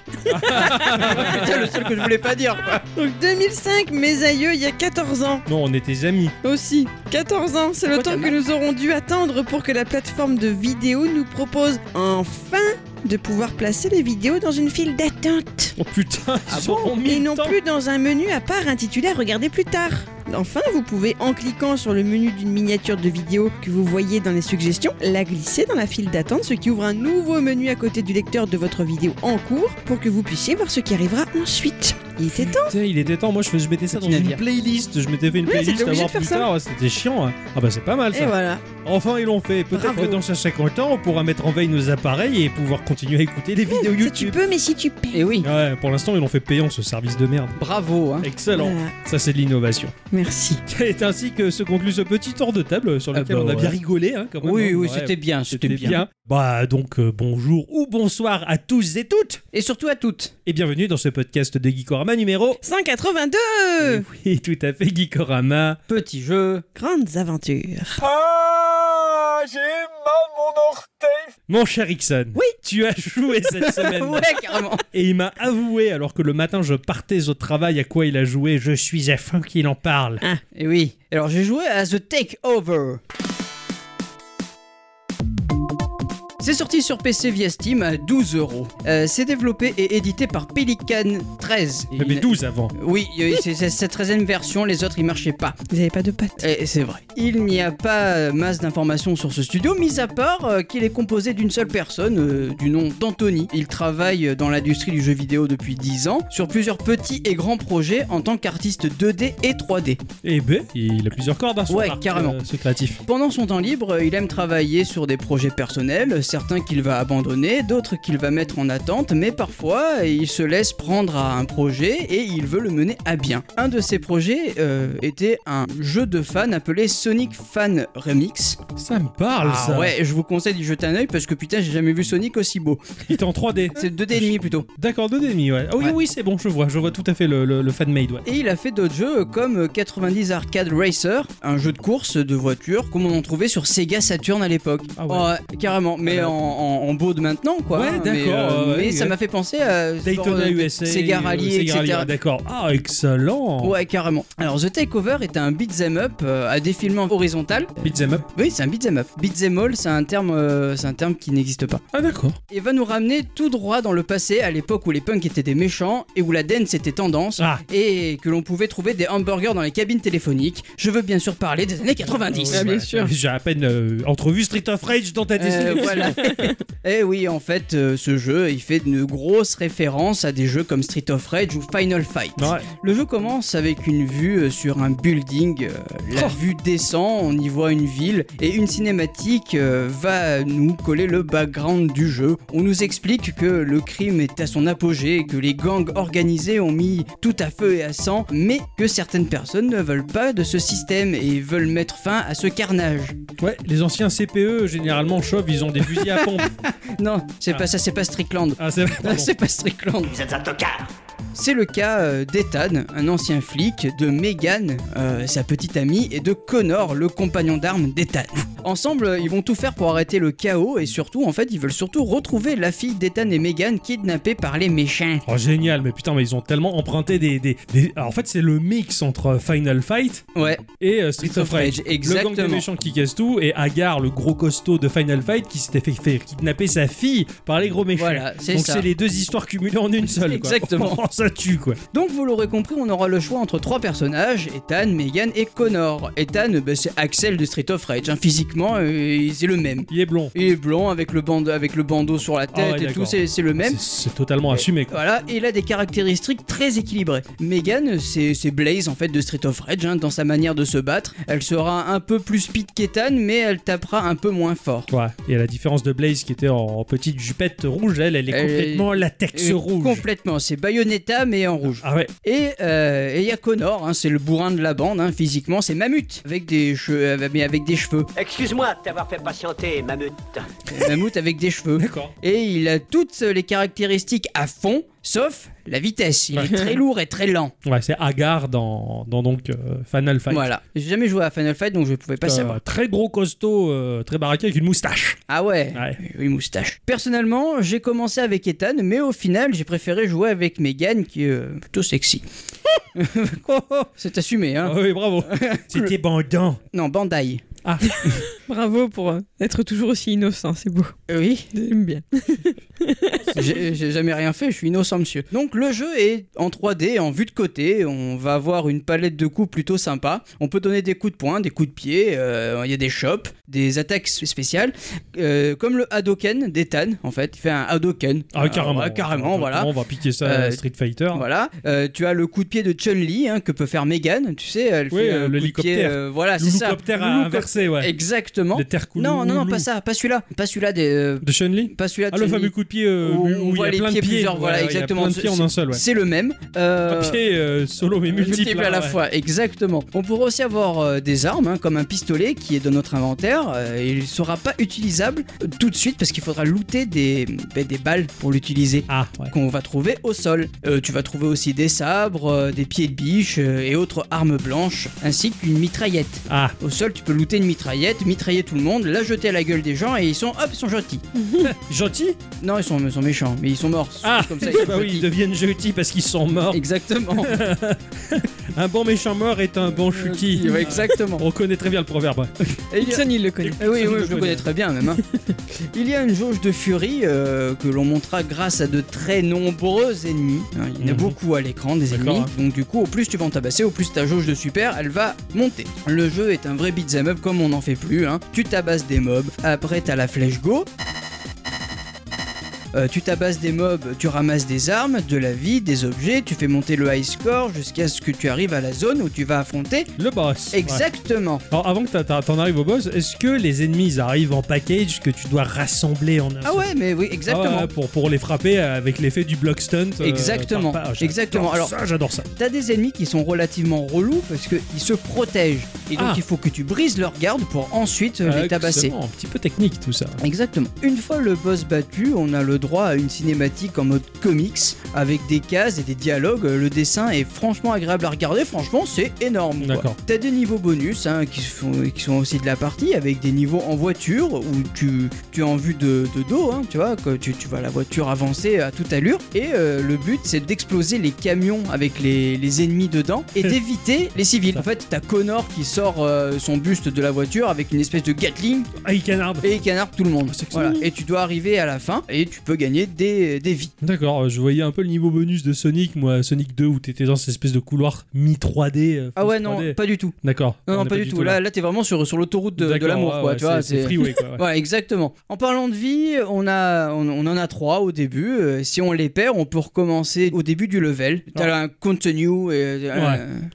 Speaker 3: 2005.
Speaker 1: C'était le seul que je voulais pas dire. quoi.
Speaker 3: Donc 2005, mes aïeux, il y a 14 ans
Speaker 2: Non, on était amis.
Speaker 3: aussi. 14 ans, c'est le
Speaker 1: Pourquoi
Speaker 3: temps
Speaker 1: t'as
Speaker 3: que nous aurons dû attendre pour que la plateforme de vidéo nous propose enfin de pouvoir placer les vidéos dans une file d'attente.
Speaker 2: Oh putain,
Speaker 1: Ah
Speaker 2: ils auront mis
Speaker 3: Et
Speaker 2: le
Speaker 3: non
Speaker 2: temps.
Speaker 3: plus dans un menu à part intitulé « Regardez plus tard ». Enfin, vous pouvez, en cliquant sur le menu d'une miniature de vidéo que vous voyez dans les suggestions, la glisser dans la file d'attente, ce qui ouvre un nouveau menu à côté du lecteur de votre vidéo en cours pour que vous puissiez voir ce qui arrivera ensuite. Il était temps.
Speaker 2: Putain, il était temps. Moi, je, fais- je mettais ça dans
Speaker 1: Petit
Speaker 2: une
Speaker 1: navire.
Speaker 2: playlist. Je m'étais fait une
Speaker 3: Oui,
Speaker 2: playlist
Speaker 3: t'étais
Speaker 2: à
Speaker 3: obligé
Speaker 2: voir
Speaker 3: de faire
Speaker 2: plus
Speaker 3: ça.
Speaker 2: tard. Ouais, C'était chiant. hein. Ah bah c'est pas mal ça.
Speaker 3: Et voilà.
Speaker 2: Enfin, ils l'ont fait. Peut-être
Speaker 3: Bravo.
Speaker 2: que dans 50 ans, on pourra mettre en veille nos appareils et pouvoir continuer à écouter des vidéos
Speaker 3: Eh, Ça, tu
Speaker 2: YouTube.
Speaker 3: peux, mais si tu payes.
Speaker 1: Et Eh oui,
Speaker 2: Ouais, pour l'instant, ils l'ont fait payant ce service de merde.
Speaker 1: bravo. Hein.
Speaker 2: Excellent.
Speaker 3: Voilà.
Speaker 2: Ça, c'est de l'innovation.
Speaker 3: Merci.
Speaker 2: C'est ainsi que se conclut ce petit tour de table sur
Speaker 1: Ah
Speaker 2: lequel
Speaker 1: bah
Speaker 2: on a
Speaker 1: ouais.
Speaker 2: bien rigolé. hein, quand même,
Speaker 1: Oui,
Speaker 2: hein.
Speaker 1: oui,
Speaker 2: Ouais,
Speaker 1: c'était bien, c'était bien.
Speaker 2: Bah donc euh, bonjour ou bonsoir à tous et toutes
Speaker 1: Et surtout à toutes.
Speaker 2: et bienvenue dans ce podcast de Geekorama numéro.
Speaker 3: 182
Speaker 1: Euh.
Speaker 2: Oui, tout à fait, Geekorama.
Speaker 1: Petit jeu.
Speaker 3: Grandes aventures.
Speaker 2: Mon cher Ixon,
Speaker 3: Oui.
Speaker 2: tu as joué cette semaine
Speaker 1: Ouais, carrément.
Speaker 2: et il m'a avoué alors que le matin je partais au travail à quoi il a joué. Je suis afin qu'il en parle.
Speaker 1: Et Eh oui. Alors j'ai joué à The Takeover. C'est sorti sur PC via Steam à 12 euros. Euh, C'est développé et édité par Pelican 13.
Speaker 2: Mais, mais
Speaker 1: Il-
Speaker 2: 12 avant.
Speaker 1: Oui, euh, c'est c'est cette 13 version, les autres ils marchaient pas.
Speaker 3: Vous n'avez pas de pattes.
Speaker 1: Et c'est vrai. Il n'y a pas euh, masse d'informations sur ce studio, mis à part euh, qu'il est composé d'une seule personne, euh, du nom d'Anthony. Il travaille dans l'industrie du jeu vidéo depuis 10 ans, sur plusieurs petits et grands projets en tant qu'artiste 2D et 3D.
Speaker 2: Eh ben, il a plusieurs cordes à son
Speaker 1: Ouais,
Speaker 2: arc,
Speaker 1: carrément.
Speaker 2: euh, ce créatif.
Speaker 1: Pendant son temps libre, euh, il aime travailler sur des projets personnels, certains qu'il va abandonner, d'autres qu'il va mettre en attente, mais parfois euh, il se laisse prendre à un projet et il veut le mener à bien. Un de ses projets euh, était un jeu de fans appelé Sonic Fan Remix.
Speaker 2: Ça me parle
Speaker 1: Ah
Speaker 2: ça.
Speaker 1: ouais, je vous conseille d'y jeter un œil parce que putain, j'ai jamais vu Sonic aussi beau.
Speaker 2: Il était en 3D.
Speaker 1: C'est 2D et demi plutôt.
Speaker 2: D'accord, 2 demi, ouais. Ah oui,
Speaker 1: Ouais.
Speaker 2: oui, c'est bon, je vois, je vois tout à fait le, le, le fan-made, ouais.
Speaker 1: Et il a fait d'autres jeux comme 90 Arcade Racer, un jeu de course de voiture comme on en trouvait sur Sega Saturn à l'époque.
Speaker 2: Ah ouais.
Speaker 1: carrément, mais
Speaker 2: Ah,
Speaker 1: en, en, en Baud maintenant, quoi.
Speaker 2: Ouais,
Speaker 1: hein,
Speaker 2: d'accord,
Speaker 1: Mais, euh,
Speaker 2: ouais,
Speaker 1: mais
Speaker 2: ouais.
Speaker 1: ça m'a fait penser à euh,
Speaker 2: Daytona USA.
Speaker 1: Sega Rally,
Speaker 2: euh, Sega Rally,
Speaker 1: etc.
Speaker 2: ouais, D'accord. Ah, excellent.
Speaker 1: Ouais, carrément. Alors, The Takeover est un beat'em up euh, à défilement horizontal.
Speaker 2: Beat'em up.
Speaker 1: Oui, c'est un beat'em up. Beat'em all, c'est un terme, euh, c'est un terme qui n'existe pas.
Speaker 2: Ah, d'accord.
Speaker 1: Et va nous ramener tout droit dans le passé, à l'époque où les punks étaient des méchants et où la dance était tendance.
Speaker 2: Ah.
Speaker 1: Et que l'on pouvait trouver des hamburgers dans les cabines téléphoniques. Je veux bien sûr parler des années 90.
Speaker 2: Ah, Ouais, ouais, J'ai à peine euh, entrevu Street of Rage dans ta
Speaker 1: Euh,
Speaker 2: description.
Speaker 1: voilà. Et oui, en fait, euh, ce jeu, il fait une grosse référence à des jeux comme Street of Rage ou Final Fight.
Speaker 2: Ouais.
Speaker 1: Le jeu commence avec une vue euh, sur un building. euh, La
Speaker 2: Oh.
Speaker 1: vue descend, on y voit une ville et une cinématique euh, va nous coller le background du jeu. On nous explique que le crime est à son apogée, que les gangs organisés ont mis tout à feu et à sang, mais que certaines personnes ne veulent pas de ce système et veulent mettre fin à ce carnage.
Speaker 2: Ouais, les anciens CPE, généralement chauves, ils ont des fusils à pompe.
Speaker 1: Non, c'est
Speaker 2: Ah.
Speaker 1: pas ça, c'est pas Strickland.
Speaker 2: Ah, c'est
Speaker 1: Non,
Speaker 2: pardon.
Speaker 1: c'est pas Strickland.
Speaker 4: Vous êtes un tocard
Speaker 1: C'est le cas euh, d'Ethan, un ancien flic, de Megan, euh, sa petite amie, et de Connor, le compagnon d'armes d'Ethan. Ensemble, euh, ils vont tout faire pour arrêter le chaos et surtout, en fait, ils veulent surtout retrouver la fille d'Ethan et Megan kidnappée par les méchants.
Speaker 2: Oh, génial, mais putain, mais ils ont tellement emprunté des. des, des- Alors, en fait, c'est le mix entre Final Fight
Speaker 1: Ouais,
Speaker 2: et euh, Street of Rage. Le gang
Speaker 1: exactement.
Speaker 2: de méchants qui casse tout et Agar, le gros costaud de Final Fight, qui s'était fait, fait kidnapper sa fille par les gros méchants.
Speaker 1: Voilà, c'est
Speaker 2: Donc,
Speaker 1: ça.
Speaker 2: c'est les deux histoires cumulées en une seule. quoi.
Speaker 1: Exactement.
Speaker 2: Oh, ça tue, quoi.
Speaker 1: Donc vous l'aurez compris, on aura le choix entre trois personnages, Ethan, Megan et Connor. Ethan, bah, c'est Axel de Street of Rage, hein. physiquement, euh, c'est le même.
Speaker 2: Il est blond.
Speaker 1: Il est blanc avec le, bandeau, avec le bandeau sur la tête
Speaker 2: ouais,
Speaker 1: et tout,
Speaker 2: d'accord.
Speaker 1: c'est c'est le même.
Speaker 2: C'est- C'est totalement assumé, quoi.
Speaker 1: Voilà, et il a des caractéristiques très équilibrées. Megan, c'est c'est Blaze en fait de Street of Rage hein, dans sa manière de se battre. Elle sera un peu plus speed qu'Ethan, mais elle tapera un peu moins fort.
Speaker 2: Ouais, et à la différence de Blaze qui était en, en petite jupette rouge, elle, elle est
Speaker 1: Elle est-
Speaker 2: complètement latex
Speaker 1: Euh,
Speaker 2: rouge.
Speaker 1: Complètement, c'est Bayonetta mais en rouge.
Speaker 2: Ah ouais,
Speaker 1: Et euh, et il y a Connor, hein, c'est le bourrin de la bande, hein, physiquement c'est Mammouth, avec des cheveux, euh, mais avec des cheveux.
Speaker 6: Excuse-moi de t'avoir fait patienter, Mammouth.
Speaker 1: Mammouth avec des cheveux.
Speaker 2: d'accord.
Speaker 1: Et il a toutes les caractéristiques à fond, sauf la vitesse. Il est très lourd et très lent.
Speaker 2: Ouais, c'est Agar dans, dans donc euh, Final Fight.
Speaker 1: Voilà. J'ai jamais joué à Final Fight, donc je pouvais pas
Speaker 2: Euh,
Speaker 1: savoir.
Speaker 2: très gros costaud, euh, très baraqué avec une moustache.
Speaker 1: Ah ouais,
Speaker 2: Ouais.
Speaker 1: oui, moustache. Personnellement, j'ai commencé avec Ethan, mais au final, j'ai préféré jouer avec Megan, qui est euh, plutôt sexy. Oh, oh, C'est assumé, hein.
Speaker 2: Ah oui, bravo. C'était bandant.
Speaker 1: Non, Bandai.
Speaker 3: Bravo pour euh, être toujours aussi innocent, c'est beau.
Speaker 1: Euh, Oui,
Speaker 3: J'aime bien.
Speaker 1: j'ai j'ai jamais rien fait, je suis innocent, monsieur. Donc, le jeu est en 3D, en vue de côté. On va avoir une palette de coups plutôt sympa. On peut donner des coups de poing, des coups de pied. euh, Il y a des chops, des attaques spéciales. euh, comme le Hadoken d'Ethan, en fait. Il fait un Hadoken.
Speaker 2: Ah, carrément.
Speaker 1: Euh, ouais, carrément,
Speaker 2: Donc,
Speaker 1: voilà.
Speaker 2: On va piquer ça à
Speaker 1: Euh,
Speaker 2: Street Fighter.
Speaker 1: Voilà, Euh, tu as le coup de pied de Chun-Li hein, que peut faire Megan, tu sais, elle
Speaker 2: Oui,
Speaker 1: fait
Speaker 2: euh,
Speaker 1: un coup de
Speaker 2: l'hélicoptère.
Speaker 1: pied, euh, voilà, c'est ça.
Speaker 2: L'hélicoptère à
Speaker 1: Louloucop-
Speaker 2: inverser, ouais.
Speaker 1: Exactement.
Speaker 2: Le terre coulou-
Speaker 1: Non, non, non,
Speaker 2: loulou.
Speaker 1: pas ça, pas celui-là, pas celui-là des, euh,
Speaker 2: De Chun-Li
Speaker 1: pas celui-là. de
Speaker 2: Ah, le
Speaker 1: Chun-Li.
Speaker 2: fameux coup de pied euh,
Speaker 1: Où
Speaker 2: où,
Speaker 1: on
Speaker 2: il y
Speaker 1: voit
Speaker 2: a
Speaker 1: les
Speaker 2: plein de
Speaker 1: pieds,
Speaker 2: pieds.
Speaker 1: plusieurs, voilà,
Speaker 2: il y a
Speaker 1: exactement.
Speaker 2: plein de pieds en un seul, ouais.
Speaker 1: C'est le même. euh,
Speaker 2: Un pied euh, solo mais multiple. hein,
Speaker 1: multiple à la
Speaker 2: ouais.
Speaker 1: fois, exactement. On pourra aussi avoir euh, des armes, hein, comme un pistolet qui est dans notre inventaire. euh, et il sera pas utilisable euh, tout de suite parce qu'il faudra looter des, ben, des balles pour l'utiliser
Speaker 2: Ah, ouais.
Speaker 1: qu'on va trouver au sol. Euh, tu vas trouver aussi des sabres, euh, des pieds de biche euh, et autres armes blanches, ainsi qu'une mitraillette.
Speaker 2: Ah,
Speaker 1: Au sol, tu peux looter une mitraillette, mitrailler tout le monde, la jeter à la gueule des gens et ils sont hop, ils sont gentils.
Speaker 2: gentil
Speaker 1: Non, ils sont, ils sont méchants, mais ils sont morts.
Speaker 2: Ah,
Speaker 1: comme ça, ils sont
Speaker 2: bah oui,
Speaker 1: gentils.
Speaker 2: ils deviennent gentils parce qu'ils sont morts.
Speaker 1: Exactement.
Speaker 2: Un bon méchant mort est un
Speaker 1: Euh,
Speaker 2: bon chuti.
Speaker 1: Ouais, exactement.
Speaker 2: On connaît très bien le proverbe. ouais.
Speaker 1: Et il y a-
Speaker 3: Nixon, il le connaît.
Speaker 1: Eh oui,
Speaker 2: Personne
Speaker 1: oui,
Speaker 2: ne
Speaker 1: je le
Speaker 2: connaît.
Speaker 1: connais très bien même. hein. Il y a une jauge de furie euh, que l'on montrera grâce à de très nombreux ennemis. hein. Il y en a
Speaker 2: Mhm.
Speaker 1: beaucoup à l'écran des
Speaker 2: D'accord,
Speaker 1: ennemis. Donc du coup, au plus tu vas en tabasser, au plus ta jauge de super, elle va monter. Le jeu est un vrai beat'em up comme on n'en fait plus. hein. Tu tabasses des mobs, après t'as la flèche go. Euh, tu tabasses des mobs, tu ramasses des armes, de la vie, des objets, tu fais monter le high score jusqu'à ce que tu arrives à la zone où tu vas affronter.
Speaker 2: Le boss. ouais.
Speaker 1: Exactement.
Speaker 2: Alors avant que t'a- t'a- t'en arrives au boss, est-ce que les ennemis ils arrivent en package que tu dois rassembler en un
Speaker 1: Ah
Speaker 2: seul
Speaker 1: ouais, mais oui, exactement.
Speaker 2: Ah ouais, pour, pour les frapper avec l'effet du block stunt. euh,
Speaker 1: Exactement,
Speaker 2: par- par- j'adore
Speaker 1: exactement. Alors-
Speaker 2: ça, j'adore ça.
Speaker 1: T'as des ennemis qui sont relativement relous parce qu'ils se protègent. Et donc
Speaker 2: Ah.
Speaker 1: il faut que tu brises leur garde pour ensuite euh, les
Speaker 2: Ah,
Speaker 1: tabasser.
Speaker 2: excellent, Un petit peu technique tout ça.
Speaker 1: Exactement. Une fois le boss battu, on a le droit à une cinématique en mode comics avec des cases et des dialogues. Le dessin est franchement agréable à regarder. Franchement, c'est énorme. quoi.
Speaker 2: D'accord.
Speaker 1: T'as des niveaux bonus hein, qui, se font- qui sont aussi de la partie avec des niveaux en voiture où tu, tu es en vue de, de dos, hein, tu vois, que tu, tu vois la voiture avancer à toute allure. Et euh, le but, c'est d'exploser les camions avec les, les ennemis dedans et d'éviter les civils. En fait, t'as Connor qui sort euh, son buste de la voiture avec une espèce de Gatling
Speaker 2: Ah, il canarde.
Speaker 1: et il canarde tout le monde.
Speaker 2: C'est
Speaker 1: Voilà.
Speaker 2: mignon.
Speaker 1: Et tu dois arriver à la fin et tu peux gagner des, des vies.
Speaker 2: D'accord, euh, je voyais un peu le niveau bonus de Sonic, moi, Sonic 2, où t'étais dans cette espèce de couloir mi-3D. euh,
Speaker 1: Ah ouais,
Speaker 2: fausse
Speaker 1: non,
Speaker 2: 3D.
Speaker 1: pas du tout.
Speaker 2: D'accord.
Speaker 1: Non,
Speaker 2: On
Speaker 1: non,
Speaker 2: n'est
Speaker 1: pas du tout. Là, là t'es vraiment sur, sur l'autoroute de, de
Speaker 2: D'accord,
Speaker 1: l'amour,
Speaker 2: ouais,
Speaker 1: quoi.
Speaker 2: ouais,
Speaker 1: tu vois,
Speaker 2: c'est- c'est freeway, quoi. ouais.
Speaker 1: Ouais, exactement. En parlant de vie, on, a, on, on en a trois au début. Euh, si on les perd, on peut recommencer au début du level. T'as un euh, continue. Et,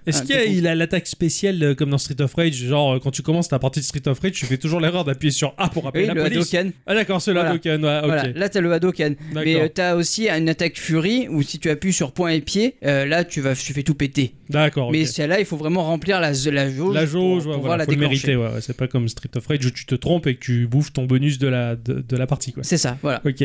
Speaker 2: Est-ce qu'il y a, il a l'attaque spéciale euh, comme dans Street of Rage Genre, euh, quand tu commences ta partie de Street of Rage, tu fais toujours l'erreur d'appuyer sur A pour appeler
Speaker 1: oui,
Speaker 2: la
Speaker 1: le
Speaker 2: police.
Speaker 1: Hadoken.
Speaker 2: Ah, d'accord, c'est la
Speaker 1: Voilà.
Speaker 2: Hadoken, ouais, ok.
Speaker 1: Voilà, là t'as le Hadoken.
Speaker 2: D'accord.
Speaker 1: Mais euh, t'as aussi une attaque furie où si tu appuies sur point et pied, euh, là tu vas tu fais tout péter.
Speaker 2: D'accord, ok.
Speaker 1: Mais celle-là, il faut vraiment remplir la, la jauge.
Speaker 2: La
Speaker 1: pour-
Speaker 2: jauge,
Speaker 1: pour
Speaker 2: ouais,
Speaker 1: pouvoir
Speaker 2: voilà,
Speaker 1: la
Speaker 2: faut le
Speaker 1: déclencher.
Speaker 2: mériter. ouais, ouais, C'est pas comme Street of Rage où tu te trompes et que tu bouffes ton bonus de la, de, de la partie, quoi.
Speaker 1: C'est ça, voilà.
Speaker 2: Ok.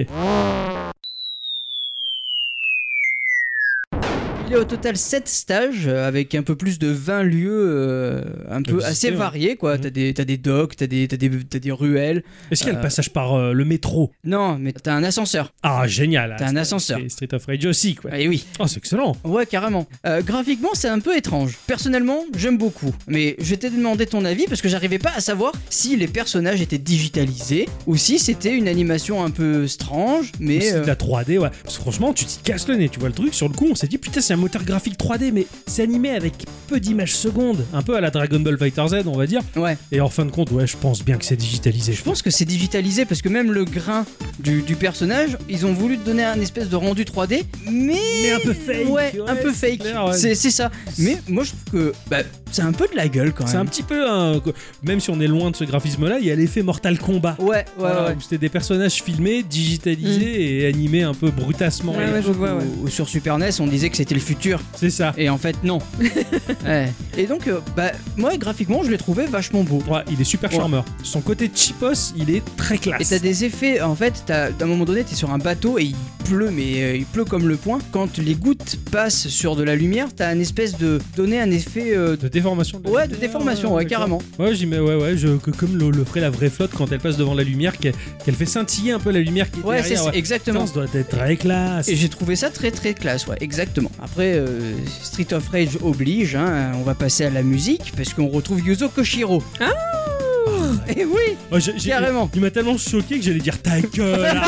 Speaker 1: Il y a au total 7 stages euh, avec un peu plus de 20 lieux euh, un peu
Speaker 2: visiter,
Speaker 1: assez
Speaker 2: ouais.
Speaker 1: variés quoi.
Speaker 2: Mhm.
Speaker 1: T'as des, t'as des docks, t'as des, t'as des, t'as des ruelles.
Speaker 2: Est-ce qu'il y a le
Speaker 1: Euh,
Speaker 2: passage par euh, le métro
Speaker 1: Non, mais t'as un ascenseur.
Speaker 2: Ah, génial.
Speaker 1: T'as
Speaker 2: ah,
Speaker 1: un
Speaker 2: c'est-
Speaker 1: ascenseur.
Speaker 2: c'est Street of Rage aussi, quoi.
Speaker 1: Et oui,
Speaker 2: Oh, c'est excellent.
Speaker 1: ouais, carrément. Euh, graphiquement, c'est un peu étrange. Personnellement, j'aime beaucoup. Mais je t'ai demandé ton avis parce que j'arrivais pas à savoir si les personnages étaient digitalisés ou si c'était une animation un peu strange. Mais
Speaker 2: c'est
Speaker 1: euh,
Speaker 2: de la 3D, ouais. Parce que franchement, tu te casses le nez, tu vois le truc. Sur le coup, on s'est dit, putain, c'est un moteur graphique 3D, mais c'est animé avec peu d'images secondes. Un peu à la Dragon Ball Fighter Z, on va dire.
Speaker 1: ouais,
Speaker 2: Et en fin de compte, ouais, je pense bien que c'est digitalisé.
Speaker 1: je pense que c'est digitalisé parce que même le grain du, du personnage, ils ont voulu te donner un espèce de rendu 3D, mais
Speaker 2: Mais un peu fake.
Speaker 1: Ouais, un peu
Speaker 2: c'est
Speaker 1: fake.
Speaker 2: clair, ouais.
Speaker 1: C'est c'est ça. Mais moi, je trouve que bah, c'est un peu de la gueule quand
Speaker 2: C'est un
Speaker 1: même.
Speaker 2: petit peu un- Même si on est loin de ce graphisme-là, il y a l'effet Mortal Kombat.
Speaker 1: Ouais, ouais,
Speaker 2: Voilà,
Speaker 1: ouais. Mm.
Speaker 2: où C'était des personnages filmés, digitalisés et animés un peu brutassement.
Speaker 3: Ouais, ouais, je vois, ouais.
Speaker 1: Ou- ou Sur Super NES, on disait que c'était le futur,
Speaker 2: C'est ça.
Speaker 1: et en fait, non. Ouais. Et donc, euh, bah, moi, graphiquement, je l'ai trouvé vachement beau.
Speaker 2: Ouais, il est super
Speaker 1: Ouais.
Speaker 2: charmeur. Son côté cheapos, il est très
Speaker 1: Et
Speaker 2: classe.
Speaker 1: t'as des effets, en fait, t'as- à un moment donné, t'es sur un bateau et il pleut, mais euh, il pleut comme le poing. Quand les gouttes passent sur de la lumière, t'as un espèce de. donner un effet. euh,
Speaker 2: De déformation. de la
Speaker 1: ouais, de
Speaker 2: lumière,
Speaker 1: déformation, ouais,
Speaker 2: d'accord.
Speaker 1: carrément.
Speaker 2: Ouais, j'y mets, ouais, ouais, je- que- comme le, le ferait la vraie flotte quand elle passe devant la lumière, qu'elle qu'elle fait scintiller un peu la lumière qui est
Speaker 1: Ouais, c'est
Speaker 2: derrière.
Speaker 1: ça,
Speaker 2: ouais.
Speaker 1: exactement.
Speaker 2: Putain, ça doit être très classe.
Speaker 1: Et j'ai trouvé ça très très classe, ouais, exactement. Après, euh, Street of Rage oblige, hein, on va passer à la musique, parce qu'on retrouve Yuzo Koshiro. Ah Et oui
Speaker 2: Ouais, Oh, j'ai- j'ai-
Speaker 1: Carrément
Speaker 2: Il m'a tellement choqué que j'allais dire ta gueule. là.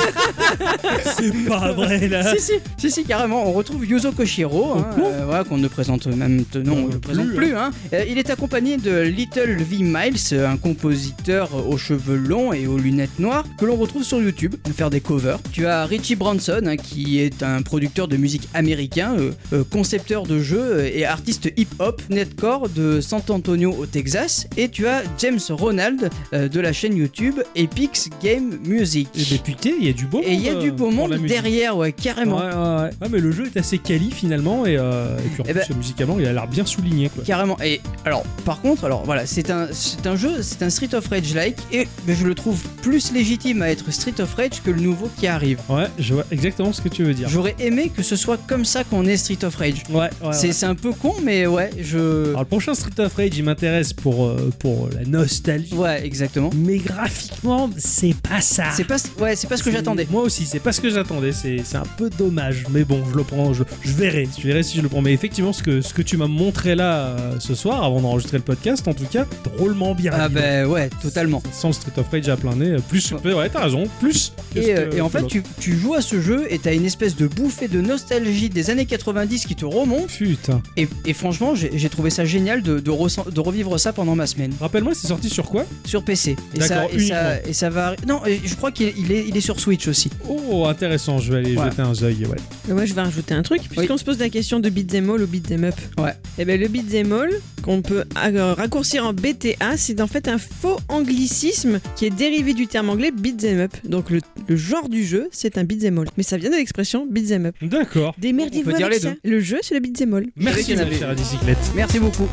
Speaker 2: c'est pas vrai là.
Speaker 1: si, si, si, si, carrément, on retrouve Yuzo Koshiro, hein,
Speaker 2: con.
Speaker 1: euh, voilà, qu'on ne présente même t- non,
Speaker 2: Non,
Speaker 1: on ne
Speaker 2: plus,
Speaker 1: présente
Speaker 2: hein.
Speaker 1: plus. Hein. Euh, il est accompagné de Little V Miles, euh, un compositeur aux cheveux longs et aux lunettes noires, que l'on retrouve sur YouTube, faire des covers. Tu as Richie Branson, hein, qui est un producteur de musique américain, euh, euh, concepteur de jeux euh, et artiste hip-hop, netcore de San Antonio au Texas. Et tu as James Ronald euh, de la chaîne YouTube Epix Game Music.
Speaker 2: Et ben, putain, il y a du beau.
Speaker 1: Et il y a
Speaker 2: monde,
Speaker 1: du
Speaker 2: euh,
Speaker 1: beau
Speaker 2: pour
Speaker 1: monde
Speaker 2: la musique.
Speaker 1: derrière, ouais, carrément.
Speaker 2: Ouais, ouais, ouais. Ouais, mais le jeu est assez quali finalement et, euh, et puis en
Speaker 1: Eh
Speaker 2: plus, musicalement il a l'air bien souligné quoi.
Speaker 1: Carrément. Et alors, par contre, alors voilà, c'est un, c'est un jeu, c'est un Street of Rage like, et ben, je le trouve plus légitime à être Street of Rage que le nouveau qui arrive.
Speaker 2: Ouais, je vois exactement ce que tu veux dire.
Speaker 1: J'aurais aimé que ce soit comme ça qu'on est Street of Rage.
Speaker 2: Ouais, ouais.
Speaker 1: c'est
Speaker 2: ouais.
Speaker 1: c'est un peu con, mais ouais, je.
Speaker 2: Alors le prochain Street of Rage, il m'intéresse pour euh, pour la nostalgie.
Speaker 1: Ouais, exactement.
Speaker 2: Mais graphiquement, c'est pas ça.
Speaker 1: C'est pas, ouais, c'est pas ce que
Speaker 2: C'est-
Speaker 1: j'attendais.
Speaker 2: Moi aussi, c'est pas ce que j'attendais. C'est c'est un peu dommage, mais bon, je le prends. Je, je verrai. Je verrai si je le prends. Mais effectivement, ce que, ce que tu m'as montré là euh, ce soir, avant d'enregistrer le podcast, en tout cas, drôlement bien.
Speaker 1: Ah
Speaker 2: évident.
Speaker 1: ben ouais, totalement.
Speaker 2: Sans le Street of Rage à plein nez, euh, plus. Ouais, t'as raison, plus. que ce
Speaker 1: Et, euh,
Speaker 2: que-
Speaker 1: et en
Speaker 2: que
Speaker 1: fait,
Speaker 2: l'autre.
Speaker 1: tu, tu joues à ce jeu et t'as une espèce de bouffée de nostalgie des années 90 qui te remonte.
Speaker 2: Putain.
Speaker 1: Et, et franchement, j'ai j'ai trouvé ça génial de- de ressent- de revivre ça pendant ma semaine.
Speaker 2: Rappelle-moi, c'est sorti sur quoi
Speaker 1: sur PC. Et ça,
Speaker 2: D'accord,
Speaker 1: et, ça, et ça va. Non, et je crois qu'il il est, il est sur Switch aussi.
Speaker 2: Oh, intéressant, je vais aller
Speaker 1: Ouais.
Speaker 2: jeter un œil. Ouais.
Speaker 3: Mais moi, je vais rajouter un truc, puisqu'on se pose la question de beat'em all ou beat'em up.
Speaker 1: Ouais.
Speaker 3: Et ben le beat'em all, qu'on peut euh, raccourcir en BTA, c'est en fait un faux anglicisme qui est dérivé du terme anglais beat'em up. Donc le, le genre du jeu, c'est un beat'em all. Mais ça vient de l'expression beat'em up.
Speaker 2: D'accord.
Speaker 1: On
Speaker 3: Démerdez-vous
Speaker 1: peut dire
Speaker 3: avec
Speaker 1: les
Speaker 3: ça. Le jeu, c'est le beat'em all.
Speaker 2: Merci,
Speaker 1: qu'il y en
Speaker 2: ma
Speaker 1: avait.
Speaker 2: chère bicyclette.
Speaker 1: Merci beaucoup.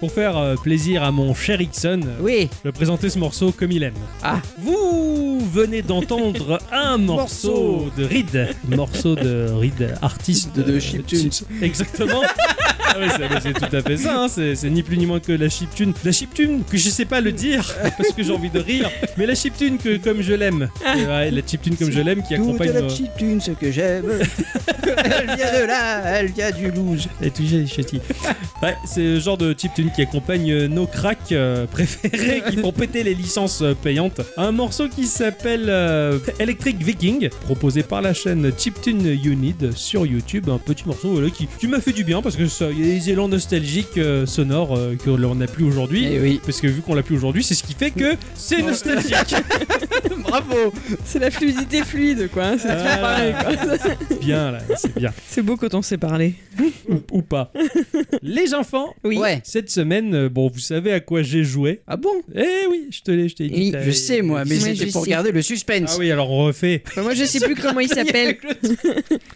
Speaker 2: pour faire euh, plaisir à mon cher Ixon. euh,
Speaker 1: Oui,
Speaker 2: Je vais présenter ce morceau comme il aime.
Speaker 1: Ah.
Speaker 2: Vous venez d'entendre un morceau de Reed. Morceau de Reed, artiste
Speaker 1: De- de
Speaker 2: euh,
Speaker 1: chiptunes.
Speaker 2: chip- Exactement. Ah ouais, c'est- mais c'est tout à fait ça, hein. c'est c'est ni plus ni moins que la chiptune. La chiptune, que je sais pas le dire parce que j'ai envie de rire, mais la chiptune que comme je l'aime. Euh, ouais, la chiptune comme je l'aime qui
Speaker 1: toute
Speaker 2: accompagne.
Speaker 1: Ah.
Speaker 2: euh,
Speaker 1: la
Speaker 2: nos-
Speaker 1: petite thune, ce que j'aime. elle vient de là, elle vient du loose.
Speaker 2: Et tu sais, châtie. Ouais, c'est le genre de type tune qui accompagne euh, nos cracks euh, préférés qui font péter les licences euh, payantes. Un morceau qui s'appelle euh, Electric Viking, proposé par la chaîne Chiptune You Need sur YouTube. Un petit morceau voilà, qui, qui m'a fait du bien parce que ça, il y a des élans nostalgiques euh, sonores euh, que l'on n'a plus aujourd'hui.
Speaker 1: Eh oui.
Speaker 2: Parce que vu qu'on l'a plus aujourd'hui, c'est ce qui fait que c'est nostalgique.
Speaker 1: Bravo
Speaker 3: C'est la fluidité fluide, quoi. hein, C'est toujours
Speaker 2: Ah.
Speaker 3: pareil, quoi.
Speaker 2: bien là, c'est bien.
Speaker 3: C'est beau quand on sait parler.
Speaker 2: Ou- ou pas. Les enfants,
Speaker 3: Oui.
Speaker 1: Ouais.
Speaker 2: cette semaine, euh, bon, vous savez à quoi j'ai joué.
Speaker 1: Ah bon
Speaker 2: Eh oui, je te l'ai, je t'ai dit.
Speaker 1: Oui,
Speaker 2: t'as-
Speaker 1: Je sais, moi, mais
Speaker 3: Oui,
Speaker 1: c'était
Speaker 3: je
Speaker 1: pour
Speaker 3: sais.
Speaker 1: garder le suspense.
Speaker 2: Ah oui, alors on refait.
Speaker 3: Enfin, moi, je sais plus comment il s'appelle.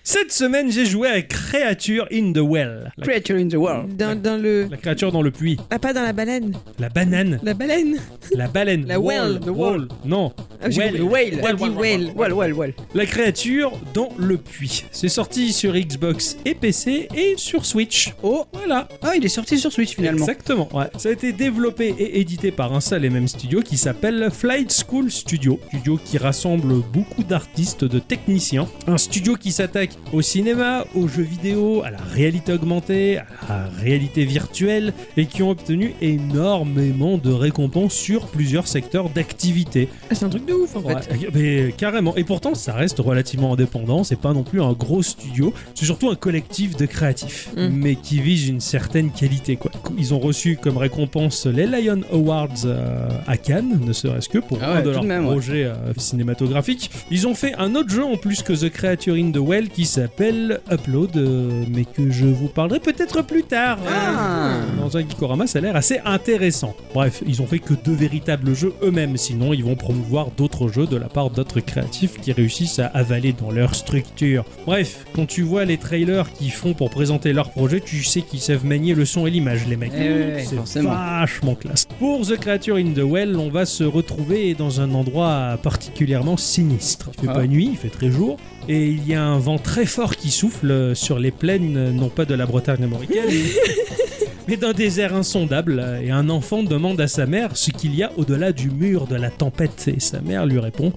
Speaker 2: Cette semaine, j'ai joué à Créature in the Well. La,
Speaker 1: Creature in the world.
Speaker 3: Dans, dans le.
Speaker 2: la créature dans le puits.
Speaker 3: Ah, pas dans la baleine.
Speaker 2: La banane.
Speaker 3: La baleine.
Speaker 2: La baleine.
Speaker 3: La whale, the
Speaker 2: wall. Non.
Speaker 3: Ah, j'ai
Speaker 2: Well.
Speaker 1: The whale.
Speaker 2: Well,
Speaker 3: dit well.
Speaker 1: Well, well, well.
Speaker 2: La créature dans le puits. C'est sorti sur Xbox et PC et sur Switch.
Speaker 1: Oh,
Speaker 2: Voilà.
Speaker 1: ah, il est sorti sur Switch finalement.
Speaker 2: Exactement. ouais. Ça a été développé et édité par un seul et même studio qui s'appelle Flight School Studio. Studio qui rassemble beaucoup d'artistes, de techniciens. Un studio qui s'attaque au cinéma, aux jeux vidéo, à la réalité augmentée, à la réalité virtuelle et qui ont obtenu énormément de récompenses sur plusieurs secteurs d'activité.
Speaker 3: Ah, c'est un truc de ouf, en fait.
Speaker 2: Ouais, Euh, mais carrément. Et pourtant, ça reste relativement indépendant. C'est pas non plus un gros studio. C'est surtout un collectif de créatifs,
Speaker 3: Mm.
Speaker 2: mais qui vise une certaine qualité. Quoi. Ils ont reçu comme récompense les Lion Awards euh, à Cannes, ne serait-ce que pour
Speaker 1: Ah ouais,
Speaker 2: un de
Speaker 1: tout de
Speaker 2: leurs
Speaker 1: même, ouais.
Speaker 2: projets euh, cinématographiques. Ils ont fait un autre jeu en plus que The Creature in the Well qui s'appelle Upload, euh, mais que je vous parlerai peut-être plus tard.
Speaker 1: Ah.
Speaker 2: Dans un Geekorama, ça a l'air assez intéressant. Bref, ils ont fait que deux véritables jeux eux-mêmes, sinon ils vont promouvoir d'autres jeux de la part d'autres créatifs qui réussissent à avaler dans leur structure. Bref, quand tu vois les trailers qu'ils font pour présenter leur projet, tu sais qu'ils savent manier le son et l'image, les mecs.
Speaker 1: Eh ouais, ouais,
Speaker 2: C'est
Speaker 1: forcément.
Speaker 2: vachement classe. Pour The Creature in the Well, on va se retrouver dans un endroit particulièrement sinistre. Il fait
Speaker 1: Ah.
Speaker 2: pas nuit, il fait très jour, et il y a un vent très fort qui souffle sur les plaines, non pas de la Bretagne mauricaine, mais d'un désert insondable, et un enfant demande à sa mère ce qu'il y a au-delà du mur de la tempête, et sa mère lui répond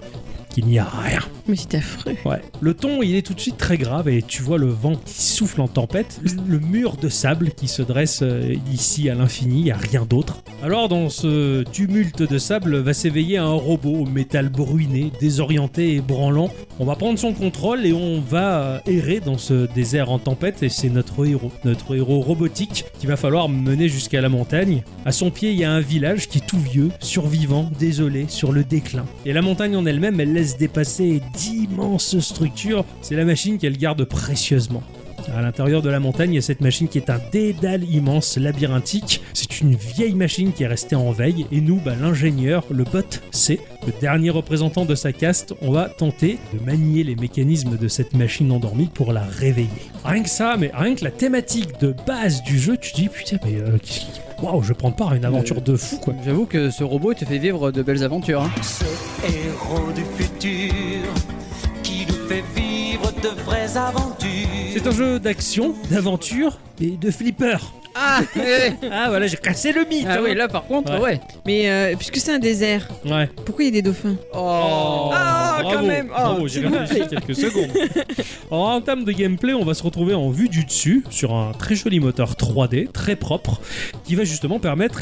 Speaker 2: qu'il n'y a rien.
Speaker 3: Mais c'est affreux.
Speaker 2: Ouais. Le ton, il est tout de suite très grave et tu vois le vent qui souffle en tempête, le mur de sable qui se dresse euh, ici à l'infini, il n'y a rien d'autre. Alors dans ce tumulte de sable va s'éveiller un robot au métal bruiné, désorienté et branlant. On va prendre son contrôle et on va euh, errer dans ce désert en tempête et c'est notre héros, notre héros robotique qu'il va falloir mener jusqu'à la montagne. À son pied, il y a un village qui est tout vieux, survivant, désolé, sur le déclin. Et la montagne en elle-même, elle laisse dépasser d'immenses structures. C'est la machine qu'elle garde précieusement. À l'intérieur de la montagne, il y a cette machine qui est un dédale immense, labyrinthique. C'est une vieille machine qui est restée en veille. Et nous, bah, l'ingénieur, le bot C, le dernier représentant de sa caste, on va tenter de manier les mécanismes de cette machine endormie pour la réveiller. Rien que ça, mais rien que la thématique de base du jeu, tu te dis putain, mais euh, qu'est-ce qui- waouh, je prends part à une aventure de fou quoi.
Speaker 1: J'avoue que ce robot il te fait vivre de belles aventures. hein.
Speaker 5: Ce héros du futur qui nous fait vivre de vraies aventures.
Speaker 2: C'est un jeu d'action, d'aventure et de flipper.
Speaker 1: Ah, eh,
Speaker 2: Ah voilà, j'ai cassé le mythe.
Speaker 1: ah
Speaker 2: hein.
Speaker 1: oui, là par contre,
Speaker 2: Ouais.
Speaker 1: ouais.
Speaker 3: Mais euh, puisque c'est un désert,
Speaker 2: Ouais.
Speaker 3: pourquoi il y a des dauphins
Speaker 1: Oh,
Speaker 2: Ah,
Speaker 3: quand même. Oh,
Speaker 2: j'ai
Speaker 3: s'il vous
Speaker 2: réfléchi quelques secondes. Alors, en termes de gameplay, on va se retrouver en vue du dessus sur un très joli moteur 3D, très propre, qui va justement permettre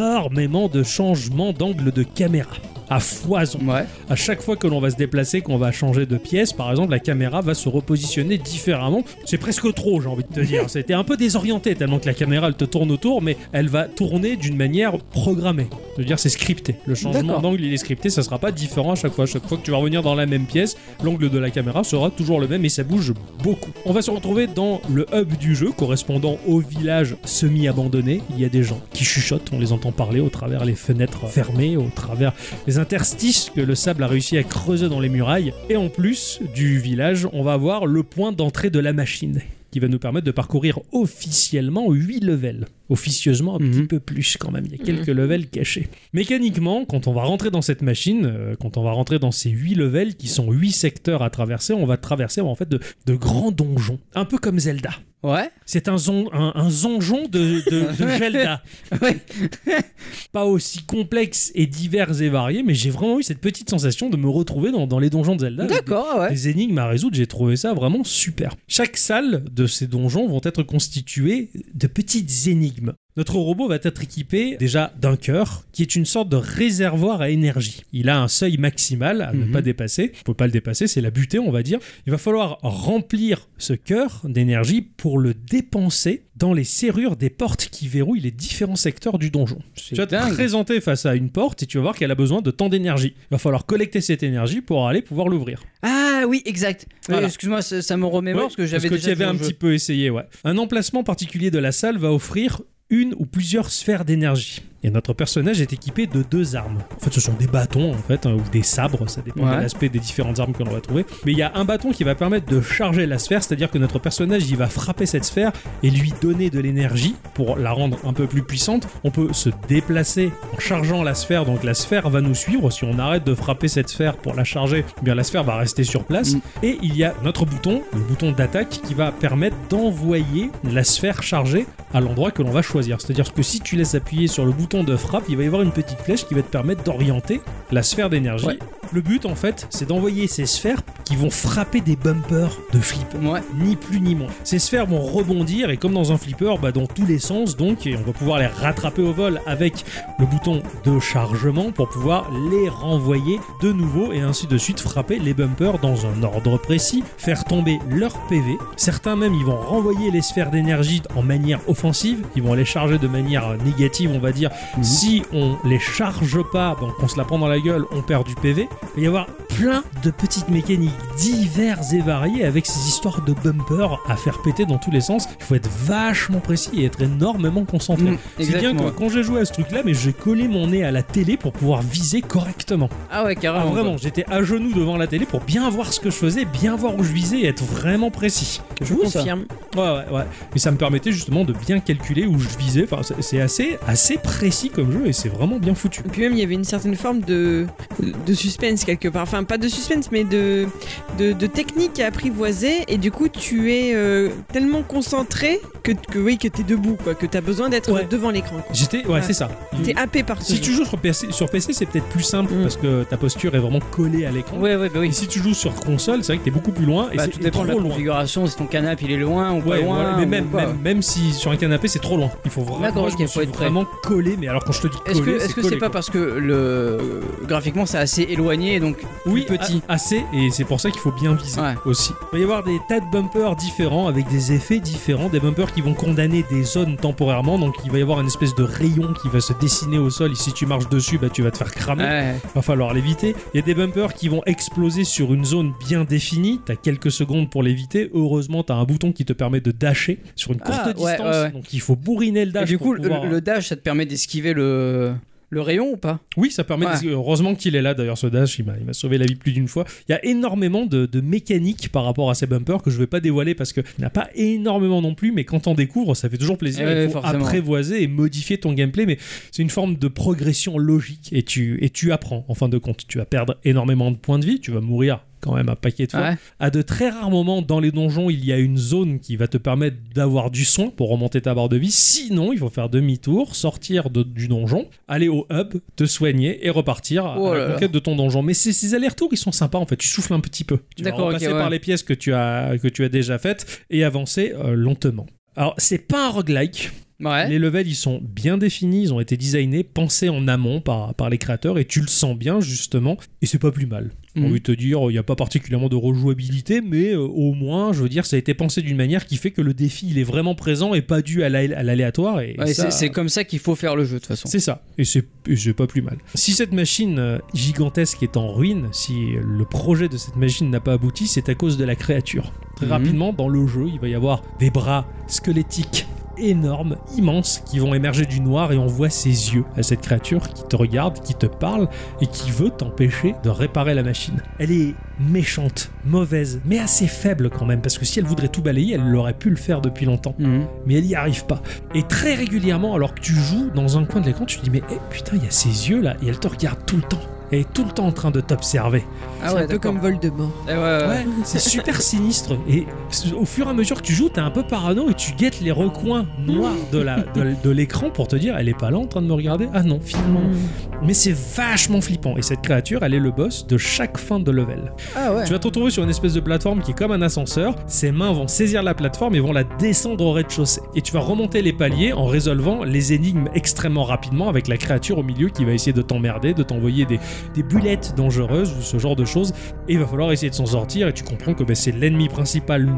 Speaker 2: énormément de changements d'angle de caméra à foison.
Speaker 1: Ouais.
Speaker 2: À chaque fois que l'on va se déplacer, qu'on va changer de pièce, par exemple, la caméra va se repositionner différemment. C'est presque trop, j'ai envie de te dire. C'était un peu désorienté tellement que la caméra elle te tourne autour, mais elle va tourner d'une manière programmée. Je veux dire, c'est scripté. Le changement
Speaker 1: D'accord.
Speaker 2: d'angle, il est scripté, ça sera pas différent à chaque fois. À chaque fois que tu vas revenir dans la même pièce, l'angle de la caméra sera toujours le même et ça bouge beaucoup. On va se retrouver dans le hub du jeu correspondant au village semi-abandonné. Il y a des gens qui chuchotent, on les entend parler au travers les fenêtres fermées, au travers les interstices que le sable a réussi à creuser dans les murailles. Et en plus du village, on va avoir le point d'entrée de la machine qui va nous permettre de parcourir officiellement 8 levels. officieusement un petit
Speaker 1: Mhm.
Speaker 2: peu plus quand même. Il y a quelques levels cachés. Mécaniquement, quand on va rentrer dans cette machine, euh, quand on va rentrer dans ces 8 levels qui sont 8 secteurs à traverser, on va traverser en fait de, de grands donjons. Un peu comme Zelda.
Speaker 1: Ouais.
Speaker 2: C'est un, zon, un, un zonjon de, de, de Zelda.
Speaker 1: Ouais.
Speaker 2: Pas aussi complexe et divers et varié, mais j'ai vraiment eu cette petite sensation de me retrouver dans, dans les donjons de Zelda. avec
Speaker 1: D'accord, ah ouais.
Speaker 2: des énigmes à résoudre, j'ai trouvé ça vraiment super. Chaque salle de ces donjons vont être constituée de petites énigmes. Notre robot va être équipé déjà d'un cœur, qui est une sorte de réservoir à énergie. Il a un seuil maximal à ne
Speaker 1: Mhm.
Speaker 2: pas dépasser. On peut pas le dépasser, c'est la butée, on va dire. Il va falloir remplir ce cœur d'énergie pour le dépenser dans les serrures des portes qui verrouillent les différents secteurs du donjon. Tu vas te
Speaker 1: dingue.
Speaker 2: présenter face à une porte et tu vas voir qu'elle a besoin de tant d'énergie. Il va falloir collecter cette énergie pour aller pouvoir l'ouvrir.
Speaker 1: Ah oui, exact. Euh,
Speaker 2: Voilà.
Speaker 1: Excuse-moi, ça, ça me remémore
Speaker 2: Ouais,
Speaker 1: parce que j'avais
Speaker 2: parce que
Speaker 1: déjà
Speaker 2: tu y avais
Speaker 1: fait
Speaker 2: un
Speaker 1: le jeu.
Speaker 2: petit peu essayé, ouais. Un emplacement particulier de la salle va offrir une ou plusieurs sphères d'énergie. Et notre personnage est équipé de deux armes. En fait, ce sont des bâtons, en fait, hein, ou des sabres, ça dépend de
Speaker 1: Ouais.
Speaker 2: l'aspect des différentes armes que l'on va trouver. Mais il y a un bâton qui va permettre de charger la sphère, c'est-à-dire que notre personnage, il va frapper cette sphère et lui donner de l'énergie pour la rendre un peu plus puissante. On peut se déplacer en chargeant la sphère, donc la sphère va nous suivre. Si on arrête de frapper cette sphère pour la charger, eh bien la sphère va rester sur place.
Speaker 1: Mm.
Speaker 2: Et il y a notre bouton, le bouton d'attaque, qui va permettre d'envoyer la sphère chargée à l'endroit que l'on va choisir. C'est-à-dire que si tu laisses appuyer sur le bouton de frappe, il va y avoir une petite flèche qui va te permettre d'orienter la sphère d'énergie.
Speaker 1: Ouais.
Speaker 2: Le but, en fait, c'est d'envoyer ces sphères qui vont frapper des bumpers de flip
Speaker 1: Ouais.
Speaker 2: ni plus ni moins. Ces sphères vont rebondir et comme dans un flipper, bah, dans tous les sens donc, et on va pouvoir les rattraper au vol avec le bouton de chargement pour pouvoir les renvoyer de nouveau et ainsi de suite frapper les bumpers dans un ordre précis, faire tomber leur PV. Certains même, ils vont renvoyer les sphères d'énergie en manière offensive, ils vont les charger de manière euh, négative, on va dire. Si on les charge pas, donc on se la prend dans la gueule, on perd du PV. Il va y avoir plein de petites mécaniques diverses et variées avec ces histoires de bumpers à faire péter dans tous les sens. Il faut être vachement précis et être énormément concentré.
Speaker 1: Mhm,
Speaker 2: Mm. C'est bien
Speaker 1: exactement.
Speaker 2: que quand j'ai joué à ce truc-là, mais j'ai collé mon nez à la télé pour pouvoir viser correctement.
Speaker 1: Ah ouais,
Speaker 2: Ah,
Speaker 1: carrément.
Speaker 2: vraiment,
Speaker 1: quoi.
Speaker 2: j'étais à genoux devant la télé pour bien voir ce que je faisais, bien voir où je visais et être vraiment précis.
Speaker 3: Je
Speaker 2: vous ça.
Speaker 3: confirme.
Speaker 2: Ouais, ouais, ouais. Et ça me permettait justement de bien calculer où je visais. Enfin, c'est- c'est assez, assez précis comme jeu et c'est vraiment bien foutu.
Speaker 3: Et puis même, il y avait une certaine forme de, de suspense quelque part. Enfin, pas de suspense, mais de, de, de technique à apprivoiser. Et du coup, tu es euh, tellement concentré que, que oui, que t'es debout, quoi. Que t'as besoin d'être
Speaker 2: Ouais.
Speaker 3: devant l'écran. quoi.
Speaker 2: J'étais, ouais,
Speaker 3: Ouais.
Speaker 2: c'est ça.
Speaker 3: T'es happé par ce
Speaker 2: Si
Speaker 3: jeu.
Speaker 2: tu joues sur PC, sur PC c'est peut-être plus simple
Speaker 3: Mm.
Speaker 2: parce que ta posture est vraiment collée à l'écran.
Speaker 1: Ouais, ouais, bah
Speaker 2: Et
Speaker 1: oui.
Speaker 2: si tu joues sur console, c'est vrai que t'es beaucoup plus loin et
Speaker 1: Bah,
Speaker 2: c'est
Speaker 1: tout dépend de la
Speaker 2: trop loin.
Speaker 1: configuration, si ton canapé il est loin ou pas
Speaker 2: Ouais,
Speaker 1: loin.
Speaker 2: voilà, mais
Speaker 1: ou
Speaker 2: même,
Speaker 1: pas.
Speaker 2: même, même si sur un canapé c'est trop loin, il faut
Speaker 1: D'accord,
Speaker 2: vraiment, je
Speaker 1: ok,
Speaker 2: me
Speaker 1: faut
Speaker 2: suis
Speaker 1: être prêt.
Speaker 2: vraiment collé. Mais alors quand je te dis
Speaker 1: Est-ce que
Speaker 2: collé,
Speaker 1: est-ce que
Speaker 2: collé,
Speaker 1: c'est pas
Speaker 2: quoi.
Speaker 1: parce que le graphiquement c'est assez éloigné donc
Speaker 2: oui, ah,
Speaker 1: plus petit
Speaker 2: a- assez et c'est pour ça qu'il faut bien viser
Speaker 1: Ouais.
Speaker 2: aussi. Il va y avoir des tas de bumpers différents avec des effets différents, des bumpers qui vont condamner des zones temporairement, donc il va y avoir une espèce de rayon qui va se dessiner au sol et si tu marches dessus, bah tu vas te faire cramer.
Speaker 1: Ouais.
Speaker 2: va falloir l'éviter. Il y a des bumpers qui vont exploser sur une zone bien définie. T'as quelques secondes pour l'éviter. Heureusement, t'as un bouton qui te permet de dasher sur une courte
Speaker 1: Ah, ouais,
Speaker 2: distance.
Speaker 1: ouais, ouais.
Speaker 2: Donc il faut bourriner le
Speaker 1: Et
Speaker 2: dash.
Speaker 1: du
Speaker 2: pour
Speaker 1: coup, le,
Speaker 2: pouvoir- euh,
Speaker 1: le dash, ça te permet d'esquiver le, le rayon ou pas
Speaker 2: oui, ça permet.
Speaker 1: Ouais.
Speaker 2: de- Heureusement qu'il est là. D'ailleurs, ce dash, il m'a il m'a sauvé la vie plus d'une fois. Il y a énormément de, de mécaniques par rapport à ces bumpers que je vais pas dévoiler parce que il n'y en a pas énormément non plus. Mais quand on découvre, ça fait toujours plaisir.
Speaker 1: Eh ouais,
Speaker 2: il faut
Speaker 1: forcément.
Speaker 2: apprivoiser et modifier ton gameplay, mais c'est une forme de progression logique et tu et tu apprends en fin de compte. Tu vas perdre énormément de points de vie. Tu vas mourir quand même un paquet de fois.
Speaker 1: Ouais.
Speaker 2: À de très rares moments dans les donjons, il y a une zone qui va te permettre d'avoir du soin pour remonter ta barre de vie. Sinon, il faut faire demi-tour, sortir de- du donjon, aller au hub, te soigner et repartir à-
Speaker 1: Oh
Speaker 2: à
Speaker 1: là
Speaker 2: la
Speaker 1: là.
Speaker 2: conquête de ton donjon. Mais ces, ces allers-retours, ils sont sympas en fait. Tu souffles un petit peu. Tu vas
Speaker 1: D'accord, ok,
Speaker 2: repasser
Speaker 1: ouais.
Speaker 2: par les pièces que tu as, que tu as déjà faites et avancer euh, lentement. Alors, c'est pas un roguelike.
Speaker 1: Ouais.
Speaker 2: Les levels, ils sont bien définis, ils ont été designés, pensés en amont par, par les créateurs, et tu le sens bien, justement, et c'est pas plus mal. J'ai
Speaker 1: Mhm.
Speaker 2: envie de te dire, il n'y a pas particulièrement de rejouabilité, mais euh, au moins, je veux dire, ça a été pensé d'une manière qui fait que le défi, il est vraiment présent et pas dû à la- à l'aléatoire. et
Speaker 1: Ouais,
Speaker 2: ça-
Speaker 1: c'est- C'est comme ça qu'il faut faire le jeu de toute façon.
Speaker 2: c'est ça, et c'est et c'est pas plus mal. Si cette machine euh, gigantesque est en ruine, si le projet de cette machine n'a pas abouti, c'est à cause de la créature. Très
Speaker 1: Mhm.
Speaker 2: rapidement, dans le jeu, il va y avoir des bras squelettiques énormes, immenses, qui vont émerger du noir et on voit ses yeux à cette créature qui te regarde, qui te parle et qui veut t'empêcher de réparer la machine. Elle est méchante, mauvaise, mais assez faible quand même, parce que si elle voudrait tout balayer, elle l'aurait pu le faire depuis longtemps
Speaker 1: Mhm.
Speaker 2: mais elle n'y arrive pas. Et très régulièrement, alors que tu joues dans un coin de l'écran, tu te dis mais eh, putain, il y a ses yeux là, et elle te regarde tout le temps. Elle est tout le temps en train de t'observer.
Speaker 1: Ah
Speaker 3: c'est
Speaker 1: ouais,
Speaker 3: un peu
Speaker 1: d'accord.
Speaker 3: comme Voldemort.
Speaker 1: Eh ouais, ouais, ouais.
Speaker 2: C'est super sinistre. Et au fur et à mesure que tu joues, t'es un peu parano et tu guettes les recoins noirs de la de, de l'écran pour te dire elle est pas là en train de me regarder. Ah non, finalement. Mais c'est vachement flippant. Et cette créature, elle est le boss de chaque fin de level.
Speaker 3: Ah ouais.
Speaker 2: Tu vas te retrouver sur une espèce de plateforme qui est comme un ascenseur. Ses mains vont saisir la plateforme et vont la descendre au rez-de-chaussée. Et tu vas remonter les paliers en résolvant les énigmes extrêmement rapidement avec la créature au milieu qui va essayer de t'emmerder, de t'envoyer des, des bullettes dangereuses ou ce genre de choses. Et il va falloir essayer de s'en sortir et tu comprends que ben, c'est l'ennemi principal.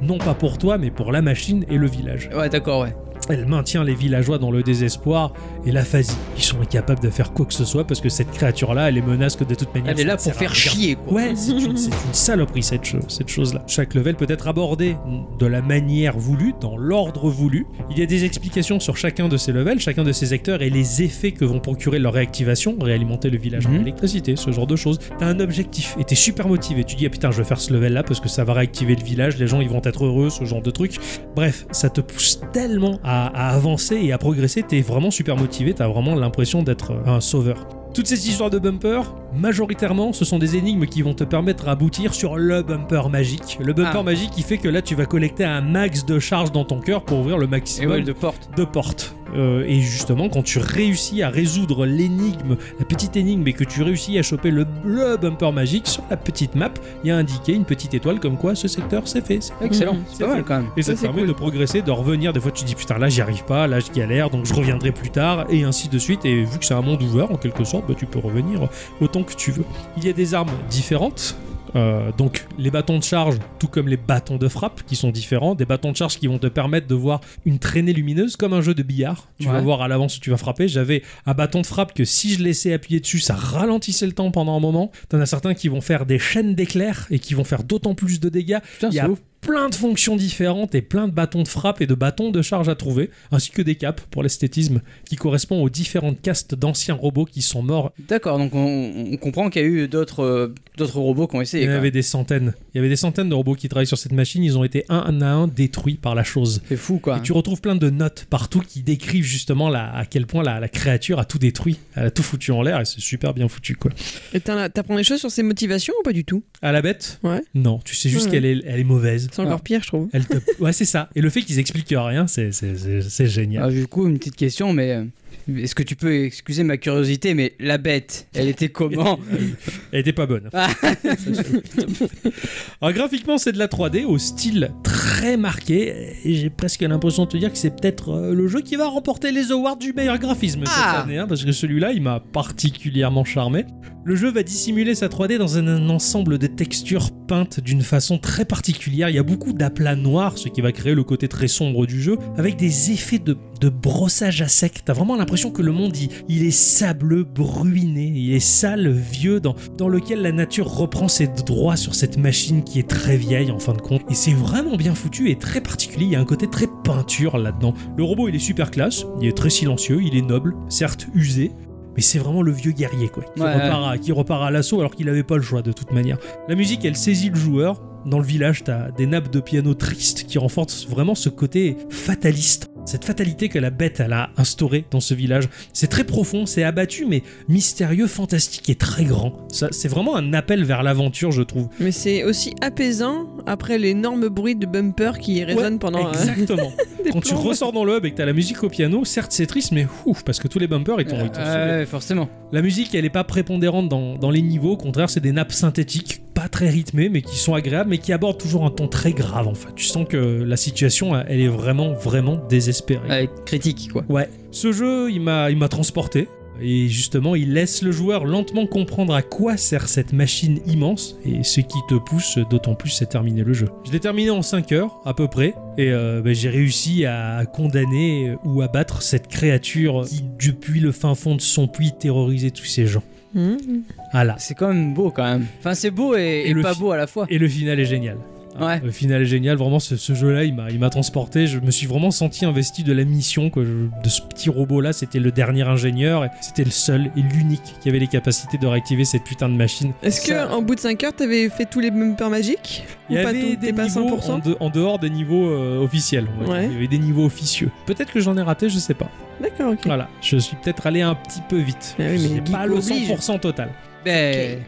Speaker 2: Non pas pour toi, mais pour la machine et le village.
Speaker 1: Ouais, d'accord, ouais.
Speaker 2: Elle maintient les villageois dans le désespoir et l'aphasie. Ils sont incapables de faire quoi que ce soit parce que cette créature-là, elle les menace que de toute manière.
Speaker 1: Elle est là
Speaker 2: ça ne
Speaker 1: pour
Speaker 2: sert à
Speaker 1: faire
Speaker 2: rien.
Speaker 1: chier, quoi.
Speaker 2: Ouais, c'est une, c'est une saloperie cette, cho- cette chose-là. Chaque level peut être abordé de la manière voulue, dans l'ordre voulu. Il y a des explications sur chacun de ces levels, chacun de ces acteurs et les effets que vont procurer leur réactivation, réalimenter le village en
Speaker 1: Mhm.
Speaker 2: électricité, ce genre de choses. T'as un objectif et t'es super motivé. Tu dis, ah putain, je vais faire ce level-là parce que ça va réactiver le village, les gens ils vont être heureux, ce genre de truc. Bref, ça te pousse tellement à, à avancer et à progresser, t'es vraiment super motivé, t'as vraiment l'impression d'être euh, un sauveur. Toutes ces histoires de bumper, majoritairement, ce sont des énigmes qui vont te permettre d'aboutir sur le bumper magique. Le bumper
Speaker 1: Ah.
Speaker 2: magique qui fait que là, tu vas collecter un max de charge dans ton cœur pour ouvrir le
Speaker 1: Et
Speaker 2: maximum
Speaker 1: ouais, de porte.
Speaker 2: de portes. Euh, et justement, quand tu réussis à résoudre l'énigme, la petite énigme, et que tu réussis à choper le, le bumper magique sur la petite map, il y a indiqué une petite étoile comme quoi ce secteur c'est fait. c'est-
Speaker 1: Excellent.
Speaker 3: Mhm.
Speaker 1: C'est pas mal, quand même.
Speaker 2: Et ça, te
Speaker 3: c'est
Speaker 2: permet de progresser, de revenir. Des fois, tu te dis putain, là, j'y arrive pas, là, je galère, donc je reviendrai plus tard, et ainsi de suite. Et vu que c'est un monde ouvert, en quelque sorte, bah, tu peux revenir autant que tu veux. Il y a des armes différentes. Euh, donc les bâtons de charge, tout comme les bâtons de frappe qui sont différents, des bâtons de charge qui vont te permettre de voir une traînée lumineuse comme un jeu de billard. Tu vas
Speaker 1: Ouais.
Speaker 2: voir à l'avance où tu vas frapper. J'avais un bâton de frappe que si je laissais appuyer dessus, ça ralentissait le temps pendant un moment. T'en as certains qui vont faire des chaînes d'éclairs et qui vont faire d'autant plus de dégâts.
Speaker 1: Putain,
Speaker 2: Il y
Speaker 1: c'est
Speaker 2: a
Speaker 1: ouf.
Speaker 2: plein de fonctions différentes et plein de bâtons de frappe et de bâtons de charge à trouver, ainsi que des caps pour l'esthétisme qui correspond aux différentes castes d'anciens robots qui sont morts.
Speaker 1: D'accord, donc on, on comprend qu'il y a eu d'autres euh, d'autres robots qui ont essayé.
Speaker 2: Il y en
Speaker 1: quoi.
Speaker 2: avait des centaines. Il y avait des centaines de robots qui travaillent sur cette machine. Ils ont été un à un détruits par la chose.
Speaker 1: C'est fou, quoi.
Speaker 2: Et tu retrouves plein de notes partout qui décrivent justement la- à quel point la, la créature a tout détruit, elle a tout foutu en l'air et c'est super bien foutu quoi.
Speaker 3: Et t'en- T'apprends des choses sur ses motivations ou pas du tout
Speaker 2: À la bête
Speaker 3: Ouais.
Speaker 2: Non, tu sais juste
Speaker 3: Ouais.
Speaker 2: qu'elle est, elle est mauvaise.
Speaker 3: C'est encore
Speaker 1: Ah.
Speaker 3: pire, je trouve.
Speaker 2: Elle te- Ouais, c'est ça. Et le fait qu'ils expliquent rien, c'est- c'est c'est- c'est génial.
Speaker 1: Alors, du coup, une petite question, mais euh, est-ce que tu peux excuser ma curiosité, mais la bête, elle était comment
Speaker 2: Elle était pas bonne.
Speaker 1: Ah.
Speaker 2: Alors, graphiquement, c'est de la 3D au style très marqué. Et j'ai presque l'impression de te dire que c'est peut-être euh, le jeu qui va remporter les awards du meilleur graphisme
Speaker 1: Ah.
Speaker 2: cette année, hein, parce que celui-là, il m'a particulièrement charmé. Le jeu va dissimuler sa 3D dans un, un ensemble de textures peintes d'une façon très particulière. Il y a beaucoup d'aplats noirs, ce qui va créer le côté très sombre du jeu, avec des effets de, de brossage à sec. T'as vraiment l'impression que le monde, il, il est sableux, bruiné, il est sale, vieux, dans, dans lequel la nature reprend ses droits sur cette machine qui est très vieille en fin de compte. Et c'est vraiment bien foutu et très particulier. Il y a un côté très peinture là-dedans. Le robot, il est super classe, il est très silencieux, il est noble, certes usé, mais c'est vraiment le vieux guerrier quoi, qui,
Speaker 1: Ouais,
Speaker 2: repart, à, qui repart à l'assaut alors qu'il n'avait pas le choix de toute manière. La musique, elle saisit le joueur. Dans le village, t'as des nappes de piano tristes qui renforcent vraiment ce côté fataliste. Cette fatalité que la bête elle a instaurée dans ce village. C'est très profond, c'est abattu, mais mystérieux, fantastique et très grand. Ça, c'est vraiment un appel vers l'aventure, je trouve.
Speaker 3: Mais c'est aussi apaisant après l'énorme bruit de bumper qui résonne
Speaker 2: Ouais,
Speaker 3: pendant. euh,
Speaker 2: Exactement.
Speaker 3: des
Speaker 2: Quand tu
Speaker 3: plans.
Speaker 2: ressors dans le hub et que t'as la musique au piano, certes c'est triste, mais ouf, parce que tous les bumpers ils t'ont
Speaker 3: Euh,
Speaker 2: ils t'ont saoulé.
Speaker 1: Ah, Ouais, forcément.
Speaker 2: La musique, elle n'est pas prépondérante dans, dans les niveaux, au contraire, c'est des nappes synthétiques, pas très rythmées, mais qui sont agréables, mais qui abordent toujours un ton très grave en fait. Tu sens que la situation, elle est vraiment, vraiment désespérée.
Speaker 1: Ouais, critique, quoi.
Speaker 2: Ouais. Ce jeu, il m'a, il m'a transporté. Et justement, il laisse le joueur lentement comprendre à quoi sert cette machine immense, et ce qui te pousse d'autant plus à terminer le jeu. Je l'ai terminé en 5 heures, à peu près, et euh, bah, j'ai réussi à condamner ou à battre cette créature qui, depuis le fin fond de son puits, terrorisait tous ces gens.
Speaker 3: Mhm.
Speaker 2: Voilà.
Speaker 1: C'est quand même beau, quand même. Enfin, c'est beau et,
Speaker 2: Et
Speaker 1: et
Speaker 2: le
Speaker 1: pas
Speaker 2: fi- Ah.
Speaker 1: beau à la fois.
Speaker 2: Et le final est génial.
Speaker 1: Ouais.
Speaker 2: Le final est génial, Euh, vraiment ce, ce jeu-là, il m'a, il m'a transporté. Je me suis vraiment senti investi de la mission que je- de ce petit robot-là. C'était le dernier ingénieur, et c'était le seul et l'unique qui avait les capacités de réactiver cette putain de machine.
Speaker 3: Est-ce que
Speaker 1: Ça-
Speaker 3: en bout de 5 heures, t'avais fait tous les bumpers magiques
Speaker 2: Il y
Speaker 3: Ou pas
Speaker 2: avait
Speaker 3: tout
Speaker 2: des
Speaker 3: T'es pas à
Speaker 2: niveaux
Speaker 3: 100%
Speaker 2: en, de- en dehors des niveaux euh, officiels. on va dire.
Speaker 3: Ouais.
Speaker 2: Il y avait des niveaux officieux. Peut-être que j'en ai raté, je sais pas.
Speaker 3: D'accord, ok.
Speaker 2: Voilà, je suis peut-être allé un petit peu vite.
Speaker 3: Ah oui, mais
Speaker 2: C'est
Speaker 3: geek
Speaker 2: pas le
Speaker 1: oblige.
Speaker 2: 100% total.
Speaker 1: Ben,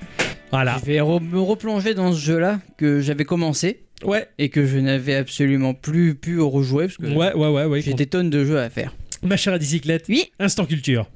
Speaker 2: Voilà.
Speaker 1: je vais re- me replonger dans ce jeu-là que j'avais commencé
Speaker 2: Ouais.
Speaker 1: et que je n'avais absolument plus pu rejouer parce que
Speaker 3: Euh,
Speaker 2: Ouais, ouais, ouais, ouais.
Speaker 1: j'ai des tonnes de jeux à faire.
Speaker 2: Ma chère à bicyclette.
Speaker 1: Oui.
Speaker 2: Instant culture.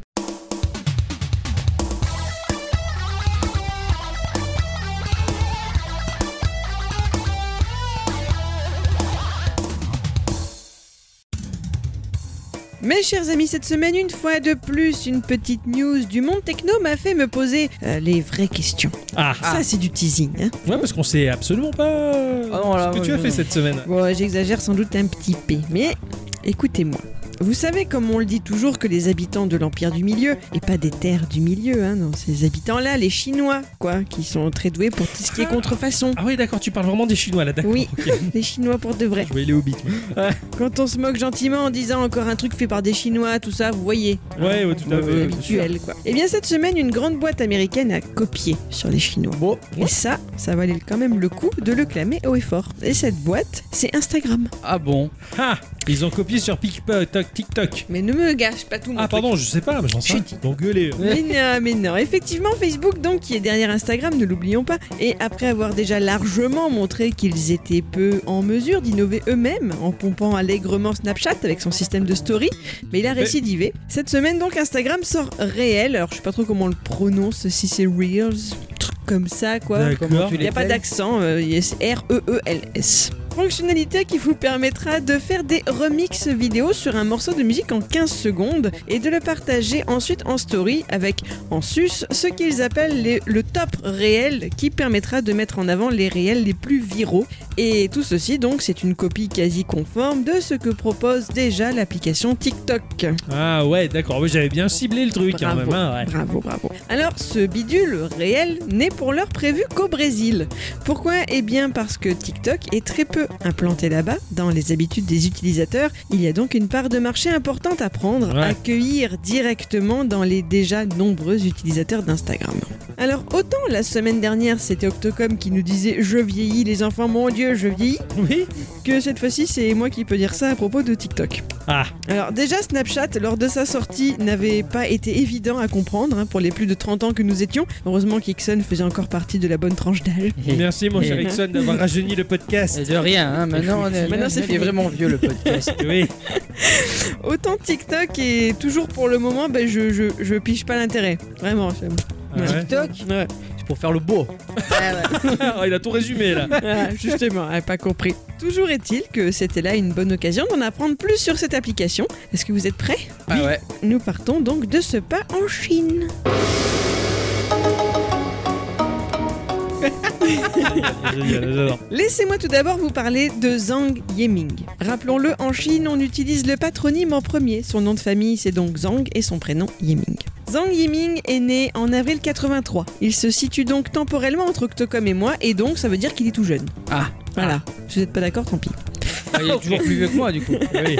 Speaker 3: Mes chers amis, cette semaine, une fois de plus, une petite news du monde techno m'a fait me poser euh, les vraies questions.
Speaker 2: Ah,
Speaker 3: Ça, c'est du teasing. Hein.
Speaker 2: ouais, parce qu'on sait absolument pas euh,
Speaker 1: Ah non, là,
Speaker 2: ce que
Speaker 1: moi,
Speaker 2: tu as
Speaker 1: je-
Speaker 2: fait cette semaine.
Speaker 3: Bon, j'exagère sans doute un petit peu, mais écoutez-moi. Vous savez, comme on le dit toujours, que les habitants de l'Empire du Milieu, et pas des terres du milieu, hein, non, ces habitants-là, les Chinois, quoi, qui sont très doués pour tout ce qui est contrefaçon.
Speaker 2: Ah oui, d'accord, tu parles vraiment des Chinois là, d'accord.
Speaker 3: Oui.
Speaker 2: ok.
Speaker 3: Les Chinois pour de vrai.
Speaker 2: Je vais aller au bit.
Speaker 3: Quand on se moque gentiment en disant encore un truc fait par des Chinois, tout ça, vous voyez.
Speaker 1: Ah,
Speaker 2: Ouais, ouais, tout à fait.
Speaker 3: Euh, Habituel, quoi. Eh bien, cette semaine, une grande boîte américaine a copié sur les Chinois.
Speaker 2: Bon,
Speaker 3: Et ça, ça valait quand même le coup de le clamer haut et fort. Et cette boîte, c'est Instagram.
Speaker 1: Ah bon
Speaker 2: ah, ils ont copié sur Pic- Toc- TikTok.
Speaker 3: Mais ne me gâche pas tout mon
Speaker 2: Ah,
Speaker 3: truc.
Speaker 2: pardon, je sais pas, mais j'en sais rien. D'engueuler.
Speaker 3: Mais non, mais non. Effectivement, Facebook, donc, qui est derrière Instagram, ne l'oublions pas. Et après avoir déjà largement montré qu'ils étaient peu en mesure d'innover eux-mêmes en pompant allègrement Snapchat avec son système de story, mais il a
Speaker 2: Mais-
Speaker 3: récidivé. Cette semaine, donc, Instagram sort Réel. Alors, je sais pas trop comment on le prononce, si c'est Reels, truc comme ça, quoi.
Speaker 2: D'accord.
Speaker 1: tu
Speaker 3: Il n'y a pas
Speaker 1: Lesquels
Speaker 3: d'accent, euh, yes, R-E-E-L-S. Fonctionnalité qui vous permettra de faire des remixes vidéo sur un morceau de musique en 15 secondes et de le partager ensuite en story avec en sus ce qu'ils appellent les- le top réel qui permettra de mettre en avant les réels les plus viraux. Et tout ceci donc c'est une copie quasi conforme de ce que propose déjà l'application TikTok.
Speaker 2: Ah, ouais, d'accord. Ouais, J'avais bien ciblé le truc quand
Speaker 3: Bravo.
Speaker 2: même. hein, ouais.
Speaker 3: Bravo, bravo. Alors, ce bidule réel n'est pour l'heure prévu qu'au Brésil. Pourquoi Eh bien parce que TikTok est très peu implanté là-bas, dans les habitudes des utilisateurs. Il y a donc une part de marché importante à prendre,
Speaker 2: Ouais.
Speaker 3: à accueillir directement dans les déjà nombreux utilisateurs d'Instagram. Alors, autant la semaine dernière, c'était Octocom qui nous disait « Je vieillis les enfants, mon Dieu, je vieillis
Speaker 2: Oui. »
Speaker 3: que cette fois-ci, c'est moi qui peux dire ça à propos de TikTok.
Speaker 2: Ah,
Speaker 3: Alors déjà Snapchat lors de sa sortie n'avait pas été évident à comprendre hein, pour les plus de 30 ans que nous étions. Heureusement qu'Ixon faisait encore partie de la bonne tranche d'âge.
Speaker 2: merci, mon cher
Speaker 1: Et-
Speaker 2: Ixon, d'avoir rajeuni le podcast.
Speaker 1: De rien, hein, maintenant, on est,
Speaker 3: Maintenant, c'est
Speaker 1: il est
Speaker 3: fini.
Speaker 1: vraiment vieux le podcast.
Speaker 2: Oui.
Speaker 3: Autant TikTok et toujours pour le moment ben, je, je, je pige pas l'intérêt. Vraiment. je-
Speaker 2: Ah ouais.
Speaker 1: TikTok,
Speaker 3: Ouais.
Speaker 1: c'est pour faire le beau.
Speaker 2: Ah, il a tout résumé là.
Speaker 3: Voilà, justement, elle a pas compris. Toujours est-il que c'était là une bonne occasion d'en apprendre plus sur cette application. Est-ce que vous êtes prêts
Speaker 1: Ah ouais.
Speaker 3: Nous partons donc de ce pas en Chine.
Speaker 2: Génial, j'adore.
Speaker 3: Laissez-moi tout d'abord vous parler de Zhang Yiming. Rappelons-le, en Chine, on utilise le patronyme en premier. Son nom de famille, c'est donc Zhang et son prénom Yiming. Zhang Yiming est né en avril 83. Il se situe donc temporellement entre Octocom et moi, et donc ça veut dire qu'il est tout jeune.
Speaker 1: Ah.
Speaker 3: Voilà. Si vous n'êtes pas d'accord, tant pis.
Speaker 1: Ah, Il est toujours plus vieux que moi, du coup. Ah,
Speaker 2: Oui.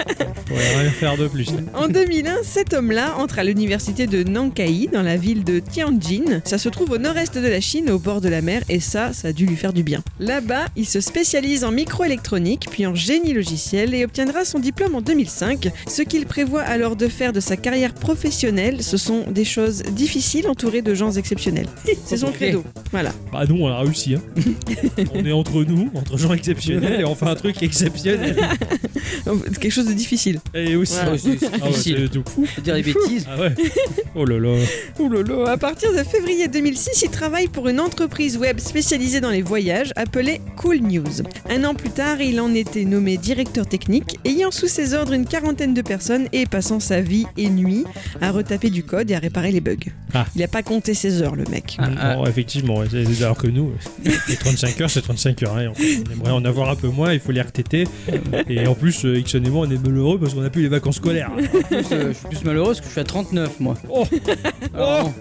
Speaker 2: On va rien faire de plus. là.
Speaker 3: En 2001, cet homme-là entre à l'université de Nankai, dans la ville de Tianjin. Ça se trouve au nord-est de la Chine, au bord de la mer, et ça, ça a dû lui faire du bien. Là-bas, il se spécialise en microélectronique, puis en génie logiciel, et obtiendra son diplôme en 2005. Ce qu'il prévoit alors de faire de sa carrière professionnelle, ce sont des choses difficiles entourées de gens exceptionnels. C'est son credo. Voilà.
Speaker 2: Bah nous on a réussi hein. on est entre nous, entre gens exceptionnels et on fait un truc exceptionnel.
Speaker 3: Quelque chose de difficile.
Speaker 2: Et aussi.
Speaker 3: Voilà.
Speaker 1: Oh, c'est c'est
Speaker 2: Ah ouais,
Speaker 1: difficile
Speaker 2: c'est tout fou.
Speaker 1: de dire des bêtises.
Speaker 2: Ah ouais. Oh là là.
Speaker 3: Ouh là là, à partir de février 2006, il travaille pour une entreprise web spécialisée dans les voyages appelée Cool News. Un an plus tard, il en était nommé directeur technique, ayant sous ses ordres une quarantaine de personnes et passant sa vie et nuit à retaper du code et à réparer les bugs.
Speaker 2: Ah.
Speaker 3: Il n'a pas compté ses heures, le mec.
Speaker 1: Ah, ah.
Speaker 2: Bon, effectivement, ouais, c'est- alors que nous, les 35 heures, c'est 35 heures. hein. On aimerait en avoir un peu moins, il faut les RTT. Et en plus, euh, Ixon et moi, on est malheureux parce qu'on a plus les vacances scolaires.
Speaker 1: Plus, euh, je suis plus malheureux parce que je suis à 39 moi.
Speaker 2: Oh,
Speaker 1: Alors,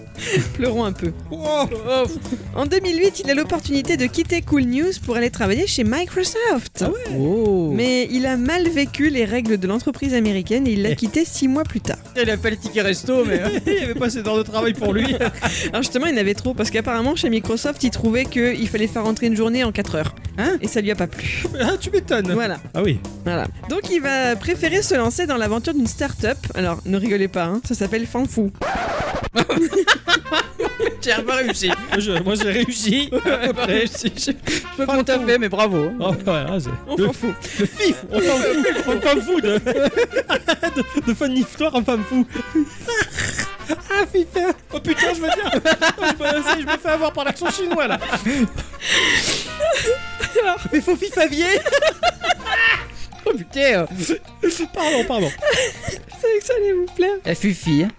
Speaker 3: Pleurons un peu.
Speaker 2: oh, oh.
Speaker 3: En 2008, il a l'opportunité de quitter Cool News pour aller travailler chez Microsoft.
Speaker 1: oh.
Speaker 3: Mais il a mal vécu les règles de l'entreprise américaine et il l'a quitté six mois plus tard.
Speaker 1: il a pas le ticket resto mais. hein.
Speaker 2: Il n'y avait pas assez d'heures de travail pour lui.
Speaker 3: Alors justement, il en avait trop parce qu'apparemment chez Microsoft, il trouvait qu'il fallait faire rentrer une journée en 4 heures.
Speaker 1: Hein
Speaker 3: Et ça lui a pas plu.
Speaker 2: Ah, tu m'étonnes.
Speaker 3: Voilà,
Speaker 2: Ah oui.
Speaker 3: voilà. Donc il va préférer se lancer dans l'aventure d'une start-up. Alors ne rigolez pas, hein, ça s'appelle Fanfou.
Speaker 1: J'ai pas réussi.
Speaker 2: Moi, je- moi, j'ai réussi.
Speaker 1: J'ai pas réussi. Je je peux qu'on t'a fait mais bravo. hein.
Speaker 2: Oh, voilà, c'est-
Speaker 3: On
Speaker 2: le,
Speaker 3: s'en fout.
Speaker 2: le fif, on s'en fout, on s'en fout de, de, de fin de l'histoire, on s'en fout. Ah putain, oh putain, je veux dire, Oh, je, me, je me fais avoir par l'action chinois là.
Speaker 1: Ah, Mais faut Favier Oh putain
Speaker 2: Pardon, pardon.
Speaker 3: C'est que ça allait vous plaire.
Speaker 1: La Fufi. hein.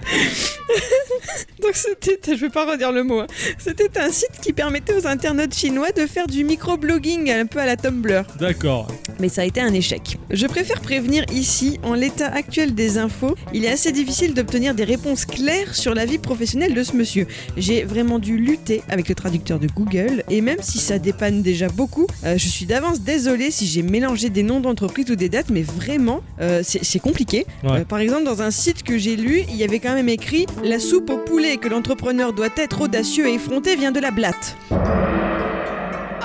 Speaker 3: Donc c'était, je vais pas redire le mot, hein. c'était un site qui permettait aux internautes chinois de faire du microblogging un peu à la Tumblr.
Speaker 2: D'accord.
Speaker 3: Mais ça a été un échec. Je préfère prévenir ici, en l'état actuel des infos, il est assez difficile d'obtenir des réponses claires sur la vie professionnelle de ce monsieur. J'ai vraiment dû lutter avec le traducteur de Google, et même si ça dépanne déjà beaucoup, euh, je suis d'avance désolée si j'ai mélangé des noms d'entreprises ou des dates, mais vraiment, euh, c'est c'est compliqué.
Speaker 2: Ouais.
Speaker 3: Euh, par exemple, dans un site que j'ai lu, il y avait quand même écrit « La soupe au poulet que l'entrepreneur doit être audacieux et effronté vient de la blatte ».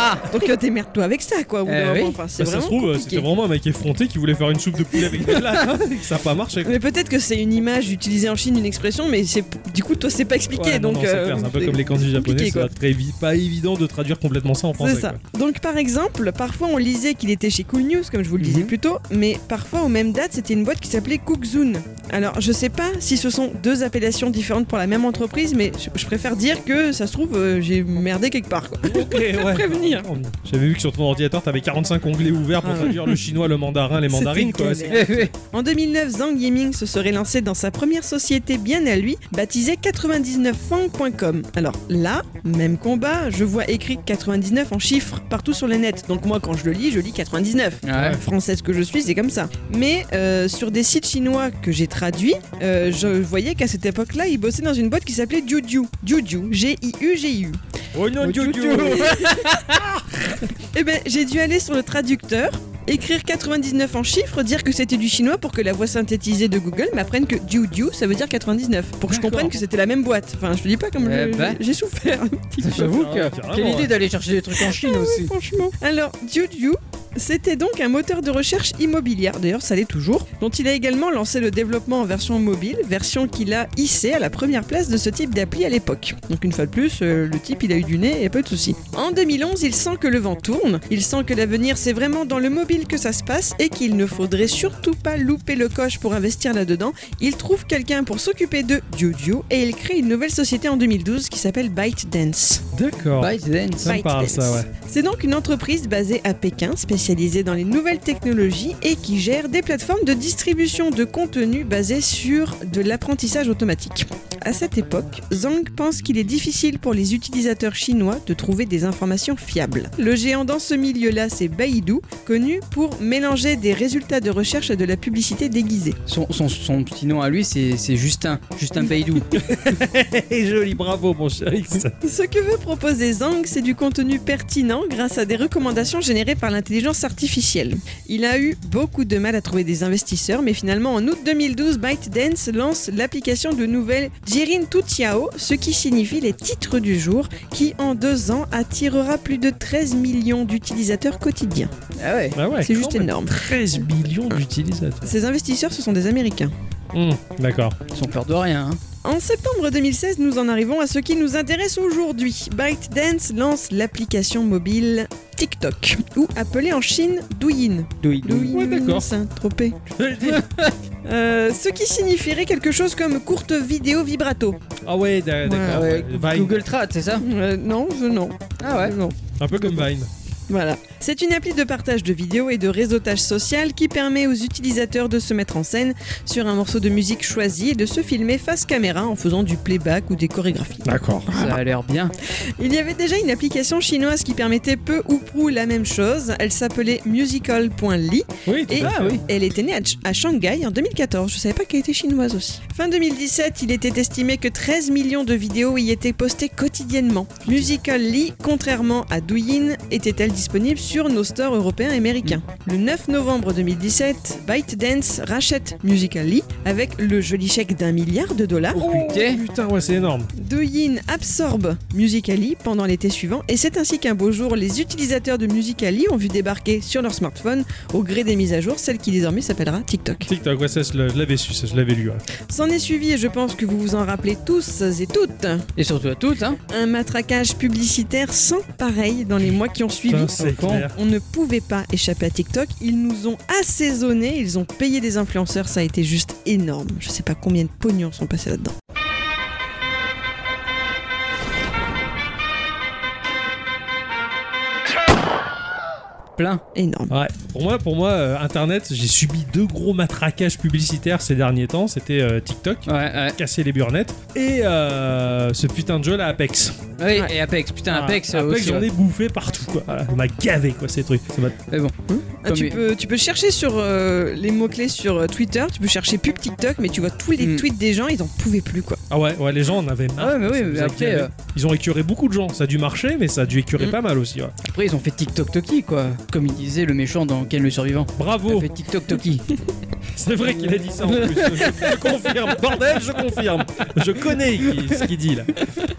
Speaker 1: Ah
Speaker 3: Donc euh, démerde-toi avec ça quoi. au bout
Speaker 1: Euh,
Speaker 3: d'un moment.
Speaker 1: oui.
Speaker 3: Enfin,
Speaker 2: Bah,
Speaker 3: c'est
Speaker 2: ça
Speaker 3: vraiment
Speaker 2: se trouve, euh,
Speaker 3: compliqué.
Speaker 2: c'était vraiment un mec effronté qui voulait faire une soupe de poulet avec des blattes, et que ça n'a pas marché. quoi.
Speaker 3: Mais peut-être que c'est une image utilisée en Chine, une expression, mais c'est du coup toi c'est pas expliqué
Speaker 2: Ouais, non, non,
Speaker 3: donc.
Speaker 2: c'est
Speaker 3: euh,
Speaker 2: clair, c'est un peu comme les kanji
Speaker 3: compliqué,
Speaker 2: japonais,
Speaker 3: quoi.
Speaker 2: c'est très évi- pas évident de traduire complètement ça en français.
Speaker 3: C'est ça.
Speaker 2: quoi.
Speaker 3: Donc par exemple, parfois on lisait qu'il était chez Cool News, comme je vous le disais
Speaker 1: Mhm.
Speaker 3: plus tôt, mais parfois aux mêmes dates c'était une boîte qui s'appelait Cookzoon. Alors je sais pas si ce sont deux appellations différentes pour la même entreprise, mais je, je préfère dire que ça se trouve euh, j'ai merdé quelque part. Quoi.
Speaker 2: Ok, ouais.
Speaker 3: prévenir.
Speaker 2: J'avais vu que sur ton ordinateur, t'avais 45 onglets ouverts pour
Speaker 3: Ah.
Speaker 2: traduire le chinois, le mandarin, les
Speaker 3: C'était
Speaker 2: mandarines, quoi.
Speaker 3: galère.
Speaker 2: C'est-
Speaker 1: Eh, eh.
Speaker 3: En 2009, Zhang Yiming se serait lancé dans sa première société bien à lui, baptisée 99fang.com. Alors là, même combat, je vois écrit 99 en chiffres partout sur le net. Donc moi, quand je le lis, je lis 99.
Speaker 1: Ouais.
Speaker 3: Française que je suis, c'est comme ça. Mais euh, sur des sites chinois que j'ai traduits, euh, je voyais qu'à cette époque-là, il bossait dans une boîte qui s'appelait Juju. Juju, G-I-U-G-I-U.
Speaker 2: Oh non,
Speaker 1: Oh,
Speaker 2: Dieu,
Speaker 1: Dieu,
Speaker 2: Dieu.
Speaker 1: Dieu.
Speaker 3: Eh ben, j'ai dû aller sur le traducteur, écrire 99 en chiffres, dire que c'était du chinois pour que la voix synthétisée de Google m'apprenne que Diu Diu, ça veut dire 99, pour que je
Speaker 1: D'accord.
Speaker 3: comprenne que c'était la même boîte. Enfin, je te dis pas comme
Speaker 1: Eh
Speaker 3: je-
Speaker 1: ben.
Speaker 3: j'ai souffert.
Speaker 1: J'avoue
Speaker 2: Ah, carrément,
Speaker 1: que. Quelle
Speaker 2: ouais.
Speaker 1: idée d'aller chercher des trucs en Chine aussi.
Speaker 3: Franchement. Alors, Juju, c'était donc un moteur de recherche immobilière, d'ailleurs ça l'est toujours, dont il a également lancé le développement en version mobile, version qu'il a hissée à la première place de ce type d'appli à l'époque. Donc une fois de plus, euh, le type il a eu du nez et pas eu de soucis. En 2011, il sent que le vent tourne, il sent que l'avenir c'est vraiment dans le mobile que ça se passe et qu'il ne faudrait surtout pas louper le coche pour investir là-dedans. Il trouve quelqu'un pour s'occuper de Juju et il crée une nouvelle société en 2012 qui s'appelle ByteDance.
Speaker 1: Ah.
Speaker 2: D'accord.
Speaker 3: Bah,
Speaker 1: ByteDance.
Speaker 2: Ça me parle, ça, ouais.
Speaker 3: C'est donc une entreprise basée à Pékin, spécialisée dans les nouvelles technologies et qui gère des plateformes de distribution de contenu basées sur de l'apprentissage automatique. À cette époque, Zhang pense qu'il est difficile pour les utilisateurs chinois de trouver des informations fiables. Le géant dans ce milieu-là, c'est Baidu, connu pour mélanger des résultats de recherche et de la publicité déguisée.
Speaker 1: Son, son, son petit nom à lui, c'est c'est Justin. Justin Baidou.
Speaker 2: Et joli, bravo, mon cher X.
Speaker 3: Ce que veut proposer Zhang, c'est du contenu pertinent grâce à des recommandations générées par l'intelligence artificielle. Il a eu beaucoup de mal à trouver des investisseurs, mais finalement, en août 2012, ByteDance lance l'application de nouvelles Jirin Toutiao, ce qui signifie les titres du jour, qui en deux ans attirera plus de 13 millions d'utilisateurs quotidiens.
Speaker 1: Ah ouais.
Speaker 2: Bah ouais,
Speaker 3: C'est juste
Speaker 2: quand même.
Speaker 3: énorme.
Speaker 2: 13 millions d'utilisateurs.
Speaker 3: Ces investisseurs, ce sont des Américains. Mmh.
Speaker 2: Hum, D'accord.
Speaker 1: Ils sont peur de rien. hein.
Speaker 3: En septembre 2016, nous en arrivons à ce qui nous intéresse aujourd'hui. ByteDance lance l'application mobile TikTok, ou appelée en Chine Douyin.
Speaker 1: Douidou.
Speaker 3: Douyin,
Speaker 2: Ouais, d'accord.
Speaker 3: Saint-Tropez. Euh, ce qui signifierait quelque chose comme courte vidéo vibrato.
Speaker 2: Ah ouais, d'a- d'accord.
Speaker 1: Ouais,
Speaker 2: Vine.
Speaker 1: Google Euh, Trad, c'est ça
Speaker 3: Euh, non, je non.
Speaker 1: Ah ouais.
Speaker 3: Non.
Speaker 2: Un peu comme Vine.
Speaker 3: Voilà. C'est une appli de partage de vidéos et de réseautage social qui permet aux utilisateurs de se mettre en scène sur un morceau de musique choisi et de se filmer face caméra en faisant du playback ou des chorégraphies.
Speaker 2: D'accord.
Speaker 1: Ça a l'air bien.
Speaker 3: Il y avait déjà une application chinoise qui permettait peu ou prou la même chose. Elle s'appelait musical.ly
Speaker 2: Ah Oui, tout
Speaker 3: et ah
Speaker 2: à fait.
Speaker 3: elle était née à, Ch- à Shanghai en 2014. Je savais pas qu'elle était chinoise aussi. Fin 2017, il était estimé que 13 millions de vidéos y étaient postées quotidiennement. Musical.ly, contrairement à Douyin, était-elle disponible sur nos stores européens et américains Le 9 novembre 2017, ByteDance rachète Musical.ly avec le joli chèque d'un milliard de dollars.
Speaker 1: putain.
Speaker 2: Oh, Putain, ouais, c'est énorme.
Speaker 3: Douyin absorbe Musical.ly pendant l'été suivant et c'est ainsi qu'un beau jour, les utilisateurs de Musical.ly ont vu débarquer sur leur smartphone, au gré des mises à jour, celle qui désormais s'appellera TikTok.
Speaker 2: TikTok, ouais, ça, je l'ai- je l'avais su, ça, je l'avais lu. hein. ouais.
Speaker 3: S'en est suivi, et je pense que vous vous en rappelez tous et toutes,
Speaker 1: Et surtout à toutes, hein.
Speaker 3: un matraquage publicitaire sans pareil dans les mois qui ont suivi.
Speaker 2: Putain, c'est
Speaker 1: Quand
Speaker 2: clair.
Speaker 3: On ne pouvait pas échapper à TikTok. Ils nous ont assaisonnés, ils ont payé des influenceurs, ça a été juste énorme. Je sais pas combien de pognons sont passés là-dedans.
Speaker 1: Plein.
Speaker 3: Énorme.
Speaker 2: Ouais. Pour moi, pour moi, euh, Internet, j'ai subi deux gros matraquages publicitaires ces derniers temps. C'était euh, TikTok,
Speaker 1: Ouais, ouais.
Speaker 2: casser les burnettes, et euh, ce putain de jeu là, Apex.
Speaker 1: Oui, et Apex, putain,
Speaker 2: Ah,
Speaker 1: Apex, euh,
Speaker 2: Apex,
Speaker 1: aussi.
Speaker 2: j'en
Speaker 1: ouais.
Speaker 2: ai bouffé partout quoi. Voilà, on m'a gavé quoi ces trucs. Ça m'a-
Speaker 1: Mais bon.
Speaker 3: Ah, tu,
Speaker 1: Comme-
Speaker 3: peux, tu peux chercher sur euh, les mots-clés sur euh, Twitter, tu peux chercher pub TikTok, mais tu vois tous les
Speaker 1: Mm.
Speaker 3: tweets des gens, ils en pouvaient plus quoi.
Speaker 2: Ah ouais, ouais, les gens en avaient
Speaker 1: Ah
Speaker 2: marre.
Speaker 1: ouais, mais oui,
Speaker 2: Ça nous
Speaker 1: mais
Speaker 2: a
Speaker 1: après,
Speaker 2: gavé.
Speaker 1: euh,
Speaker 2: Ils ont écuré beaucoup de gens. Ça a dû marcher, mais ça a dû écurer
Speaker 1: Mm.
Speaker 2: pas mal aussi. ouais.
Speaker 1: après, ils ont fait TikTok Toki, quoi. Comme il disait le méchant dans Ken le survivant. Il a
Speaker 2: Bravo.
Speaker 1: fait TikTok Toki.
Speaker 2: C'est vrai qu'il a dit ça en plus. Je, je confirme. Bordel, je confirme. Je connais qui- ce qu'il dit là.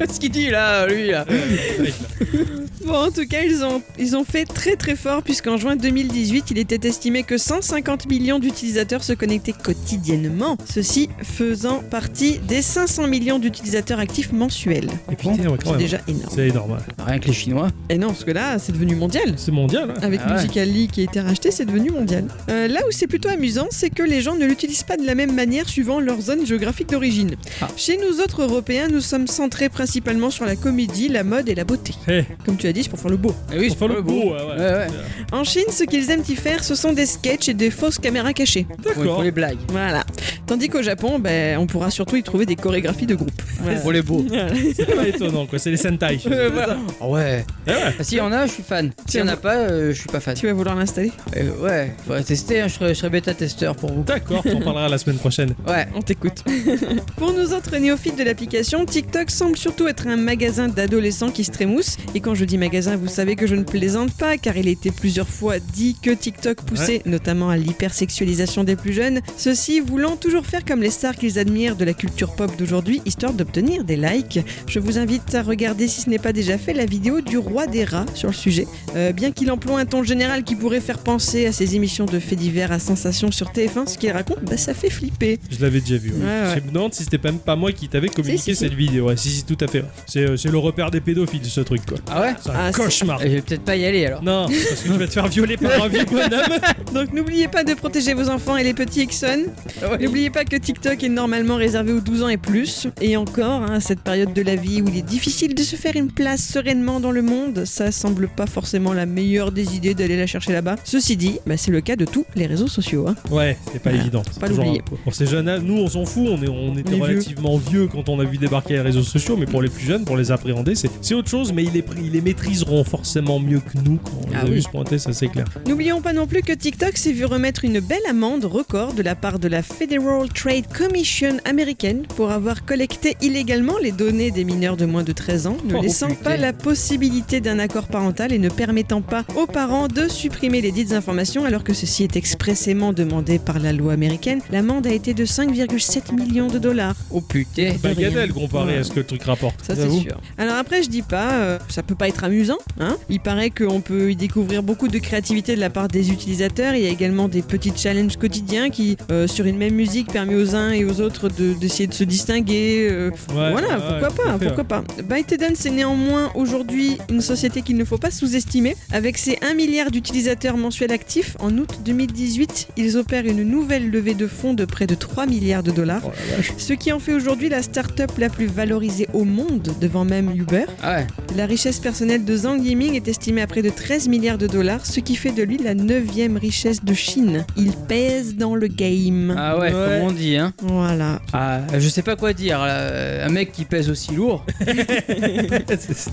Speaker 1: ce qu'il dit là, lui là.
Speaker 3: Bon, en tout cas, ils ont, ils ont fait très très fort, puisqu'en juin 2018, il était estimé que 150 millions d'utilisateurs se connectaient quotidiennement, ceci faisant partie des 500 millions d'utilisateurs actifs mensuels.
Speaker 2: Et putain, ouais, quand
Speaker 3: C'est
Speaker 2: même.
Speaker 3: déjà énorme.
Speaker 2: C'est énorme. ouais.
Speaker 1: Rien que les Chinois.
Speaker 3: Et non, parce que là, c'est devenu mondial.
Speaker 2: C'est mondial. hein.
Speaker 3: Avec
Speaker 1: Ah ouais.
Speaker 3: Musical.ly qui a été racheté, c'est devenu mondial. Euh, là où c'est plutôt amusant, c'est que les gens ne l'utilisent pas de la même manière suivant leur zone géographique d'origine.
Speaker 1: Ah.
Speaker 3: Chez nous autres Européens, nous sommes centrés principalement sur la comédie, la mode et la beauté.
Speaker 2: Eh,
Speaker 3: Comme tu as dit, c'est pour faire le beau.
Speaker 1: Eh oui,
Speaker 2: on fait
Speaker 1: pas
Speaker 2: le beau. ouais, ouais.
Speaker 1: Ouais, ouais.
Speaker 3: En Chine, ce qu'ils aiment y faire, ce sont des sketchs et des fausses caméras cachées.
Speaker 1: Pour, pour
Speaker 2: D'accord.
Speaker 1: les blagues.
Speaker 3: Voilà. Tandis qu'au Japon, ben, on pourra surtout y trouver des chorégraphies de groupe. Voilà.
Speaker 1: Pour les beaux.
Speaker 2: C'est pas étonnant quoi. C'est les Sentai.
Speaker 1: Euh, voilà. Ah ouais.
Speaker 2: Eh ouais.
Speaker 1: Ah, S'il y en a, je suis fan. S'il y en a pas, euh, je suis pas fan.
Speaker 3: Tu vas vouloir l'installer
Speaker 1: Euh, ouais, faudrait tester, hein, je serais, je serais bêta-testeur pour vous.
Speaker 2: D'accord. On en parlera la semaine prochaine.
Speaker 1: Ouais.
Speaker 3: On t'écoute. Pour nous autres néophytes de l'application, TikTok semble surtout être un magasin d'adolescents qui se trémoussent. Et quand je dis magasin, vous savez que je ne plaisante pas, car il a été plusieurs fois dit que TikTok poussait notamment à l'hypersexualisation des plus jeunes, ceux-ci voulant toujours faire comme les stars qu'ils admirent de la culture pop d'aujourd'hui, histoire d'obtenir des likes. Je vous invite à regarder, si ce n'est pas déjà fait, la vidéo du roi des rats sur le sujet. Euh, bien qu'il emploie un ton général qui pourrait faire penser à ses émissions de faits divers à sensation sur TF1, ce qu'il raconte, bah, ça fait flipper.
Speaker 2: Je l'avais déjà vu. ouais.
Speaker 3: Ouais, ouais.
Speaker 2: Je me demande si c'était même pas moi qui t'avais communiqué
Speaker 3: Si, si, si.
Speaker 2: cette vidéo. Ouais, si, si, tout à fait. C'est euh, c'est le repère des pédophiles, ce truc, quoi.
Speaker 1: Ah ouais
Speaker 2: C'est un
Speaker 3: Ah, c'est-
Speaker 2: cauchemar.
Speaker 1: Et Je vais peut-être pas y aller alors.
Speaker 2: Non, parce que tu vas te faire violer par un vieux bonhomme.
Speaker 3: Donc n'oubliez pas de protéger vos enfants et les petits Ixon.
Speaker 1: Ah
Speaker 3: N'oubliez pas que TikTok est normalement réservé aux 12 ans et plus. Et encore, hein, à cette période de la vie où il est difficile de se faire une place sereinement dans le monde, ça semble pas forcément la meilleure des idées d'aller la chercher là-bas. Ceci dit, bah, c'est le cas de tous les réseaux sociaux. hein.
Speaker 2: Ouais, c'est pas
Speaker 3: Voilà,
Speaker 2: évident. C'est
Speaker 3: pas
Speaker 2: toujours
Speaker 3: l'oublier.
Speaker 2: un- Pour ces jeunes, âges, nous, on s'en fout. On, est, on était
Speaker 3: est vieux.
Speaker 2: relativement vieux. quand on a vu débarquer les réseaux sociaux, mais pour les plus jeunes, pour les appréhender, c'est c'est autre chose. Mais ils les, ils les maîtriseront forcément mieux que nous quand on les
Speaker 1: Ah
Speaker 2: a vu
Speaker 1: oui.
Speaker 2: se pointer, ça c'est clair.
Speaker 3: N'oublions pas non plus que TikTok s'est vu remettre une belle amende record de la part de la Federal Trade Commission américaine pour avoir collecté illégalement les données des mineurs de moins de 13 ans, ne
Speaker 1: Oh,
Speaker 3: laissant
Speaker 1: putain.
Speaker 3: pas la possibilité d'un accord parental et ne permettant pas aux parents de supprimer les dites informations alors que ceci est expressément demandé par la loi américaine. L'amende a été de 5,7 millions de dollars.
Speaker 1: Oh putain.
Speaker 2: Bagatelle
Speaker 3: rien.
Speaker 2: Bah, comparé
Speaker 3: Ouais.
Speaker 2: à ce que le truc rapporte.
Speaker 3: Ça c'est
Speaker 2: J'avoue.
Speaker 3: sûr. Alors après je dis pas, euh, ça peut pas être amusant. Hein Il paraît qu'on peut y découvrir beaucoup de créativité de la part des utilisateurs. Il y a également des petits challenges quotidiens qui, euh, sur une même musique, permet aux uns et aux autres de- d'essayer de, se distinguer. euh,
Speaker 2: Ouais,
Speaker 3: voilà,
Speaker 2: ouais,
Speaker 3: pourquoi
Speaker 2: tout à
Speaker 3: pas, hein,
Speaker 2: fait,
Speaker 3: pourquoi pas. ByteDance est néanmoins aujourd'hui une société qu'il ne faut pas sous-estimer. Avec ses 1 milliard d'utilisateurs mensuels actifs, en août 2018, ils opèrent une nouvelle levée de fonds de près de 3 milliards de dollars,
Speaker 2: Oh la vache.
Speaker 3: ce qui en fait aujourd'hui la start-up la plus valorisée au monde, devant même Uber.
Speaker 1: Ah ouais.
Speaker 3: La richesse personnelle net de Zhang Yiming est estimé à près de 13 milliards de dollars, ce qui fait de lui la 9 richesse de Chine. Il pèse dans le game.
Speaker 1: Ah ouais,
Speaker 2: Ouais.
Speaker 1: comme on dit, hein.
Speaker 3: Voilà.
Speaker 1: Ah, je sais pas quoi dire. là. Un mec qui pèse aussi lourd.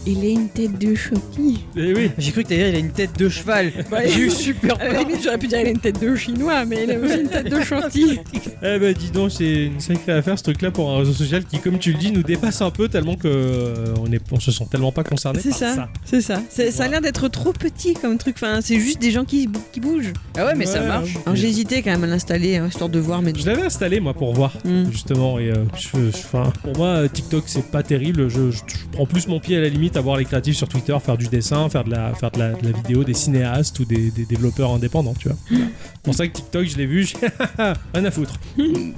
Speaker 3: Il a une tête de chopi.
Speaker 2: Eh oui.
Speaker 1: J'ai cru que t'allais dire il a une tête de cheval.
Speaker 3: Bah,
Speaker 1: J'ai eu super
Speaker 3: À la
Speaker 1: peur.
Speaker 3: limite, j'aurais pu dire il a une tête de chinois, mais il a aussi une tête de chantilly.
Speaker 2: Eh ben dis donc, c'est une sacrée affaire ce truc-là pour un réseau social qui, comme tu le dis, nous dépasse un peu tellement que euh, on, est, on se sent tellement pas concerné
Speaker 3: C'est
Speaker 2: par ça.
Speaker 3: ça, c'est ça. C'est- Ça a l'air d'être trop petit comme truc. Enfin, c'est juste des gens qui, qui bougent.
Speaker 1: Ah ouais, mais ça
Speaker 2: Ouais,
Speaker 1: marche.
Speaker 3: Alors, j'ai hésité quand même à l'installer, hein, histoire de voir, mais
Speaker 2: Je l'avais installé moi pour voir
Speaker 3: Mm.
Speaker 2: justement et euh, je- je- enfin, pour moi euh, TikTok c'est pas terrible. Je, je- je prends plus mon pied à la limite à voir les créatifs sur Twitter faire du dessin, faire de la faire de la, de la vidéo des cinéastes ou des, des développeurs indépendants, tu vois.
Speaker 3: Hmm.
Speaker 2: Voilà. C'est pour ça que TikTok je l'ai vu, j'ai rien à foutre.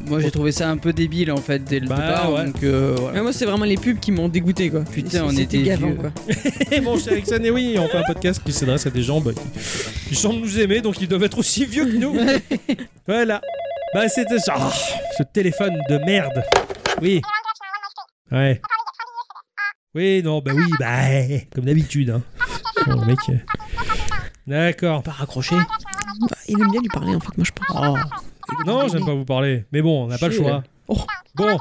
Speaker 1: Moi j'ai trouvé ça un peu débile en fait dès le
Speaker 2: Bah,
Speaker 1: départ.
Speaker 2: ouais.
Speaker 1: Donc euh, voilà.
Speaker 3: Ouais, moi, c'est vraiment les pubs qui m'ont dégoûté, quoi.
Speaker 1: Putain, on
Speaker 3: C'était
Speaker 1: était
Speaker 3: gavant,
Speaker 1: vieux.
Speaker 3: quoi. Bah,
Speaker 2: Et bon, chez Eh, Ericsson, et oui, on fait un podcast qui s'adresse à des gens bah, qui, qui semblent nous aimer, donc ils doivent être aussi vieux que nous. voilà. Bah, c'était ça. Ah, ce téléphone de merde. Oui. Ouais. Oui, non, bah oui, bah, comme d'habitude. Hein. Bon, le mec. euh, D'accord.
Speaker 1: Pas raccroché.
Speaker 3: Bah, il aime bien lui parler, en fait, moi, je pense.
Speaker 1: Oh.
Speaker 2: Non, j'aime pas vous parler. Mais bon, on n'a pas le
Speaker 3: Chier,
Speaker 2: choix.
Speaker 3: là. Oh.
Speaker 2: Bon.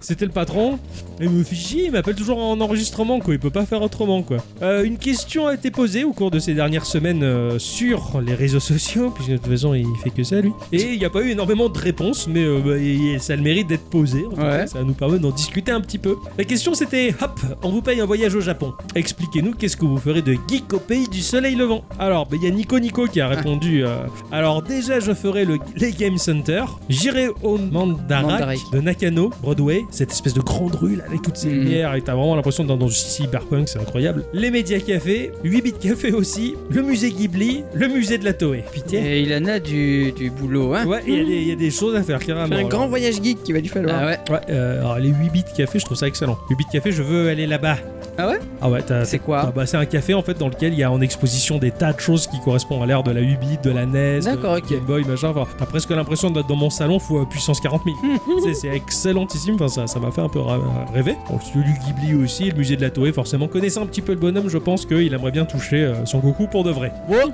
Speaker 2: C'était le patron. Et me fait chier, il m'appelle toujours en enregistrement, quoi. Il peut pas faire autrement, quoi. Euh, une question a été posée au cours de ces dernières semaines euh, sur les réseaux sociaux, puisque de toute façon, il fait que ça, lui. Et il n'y a pas eu énormément de réponses, mais euh, bah, et- et ça a le mérite d'être posé. en tout cas.
Speaker 1: Ouais.
Speaker 2: Ça nous permet d'en discuter un petit peu. La question, c'était hop, on vous paye un voyage au Japon. Expliquez-nous qu'est-ce que vous ferez de geek au pays du soleil levant. Alors, bah, il y a Nico Nico qui a répondu euh, alors, déjà, je ferai le, les Game Center. J'irai au Mandarak,
Speaker 1: Mandarik.
Speaker 2: de Nakano, Broadway, cette espèce de grande rue là, avec toutes ces
Speaker 1: Mhm.
Speaker 2: lumières, et t'as vraiment l'impression d'être dans du cyberpunk, c'est incroyable. Les médias cafés, 8 bits café aussi, le musée Ghibli, le musée de la Toei. Putain.
Speaker 1: Et il en a du, du boulot, hein.
Speaker 2: Ouais, il y a des- il y, a des choses à faire carrément.
Speaker 3: C'est un
Speaker 2: alors.
Speaker 3: grand voyage geek qu'il va lui falloir.
Speaker 1: Ah ouais.
Speaker 2: Ouais, euh, alors les 8 bits café, je trouve ça excellent. 8 bits café, je veux aller là-bas.
Speaker 1: Ah ouais
Speaker 2: Ah ouais, t'as-
Speaker 1: C'est
Speaker 2: ah
Speaker 1: quoi
Speaker 2: bah, c'est un café en fait dans lequel il y a en exposition des tas de choses qui correspondent à l'ère de la Ubi, de la NES, de
Speaker 1: D'accord, ok.
Speaker 2: Game Boy, machin. Enfin, t'as presque l'impression d'être dans mon salon fois puissance 40 000. c'est, c'est excellentissime. Enfin, ça, ça m'a fait un peu ra- rêver. Bon, le studio Ghibli aussi, le musée de la Toei, forcément. Connaissant un petit peu le bonhomme, je pense qu'il aimerait bien toucher euh, son Goku pour de vrai.
Speaker 1: Oh.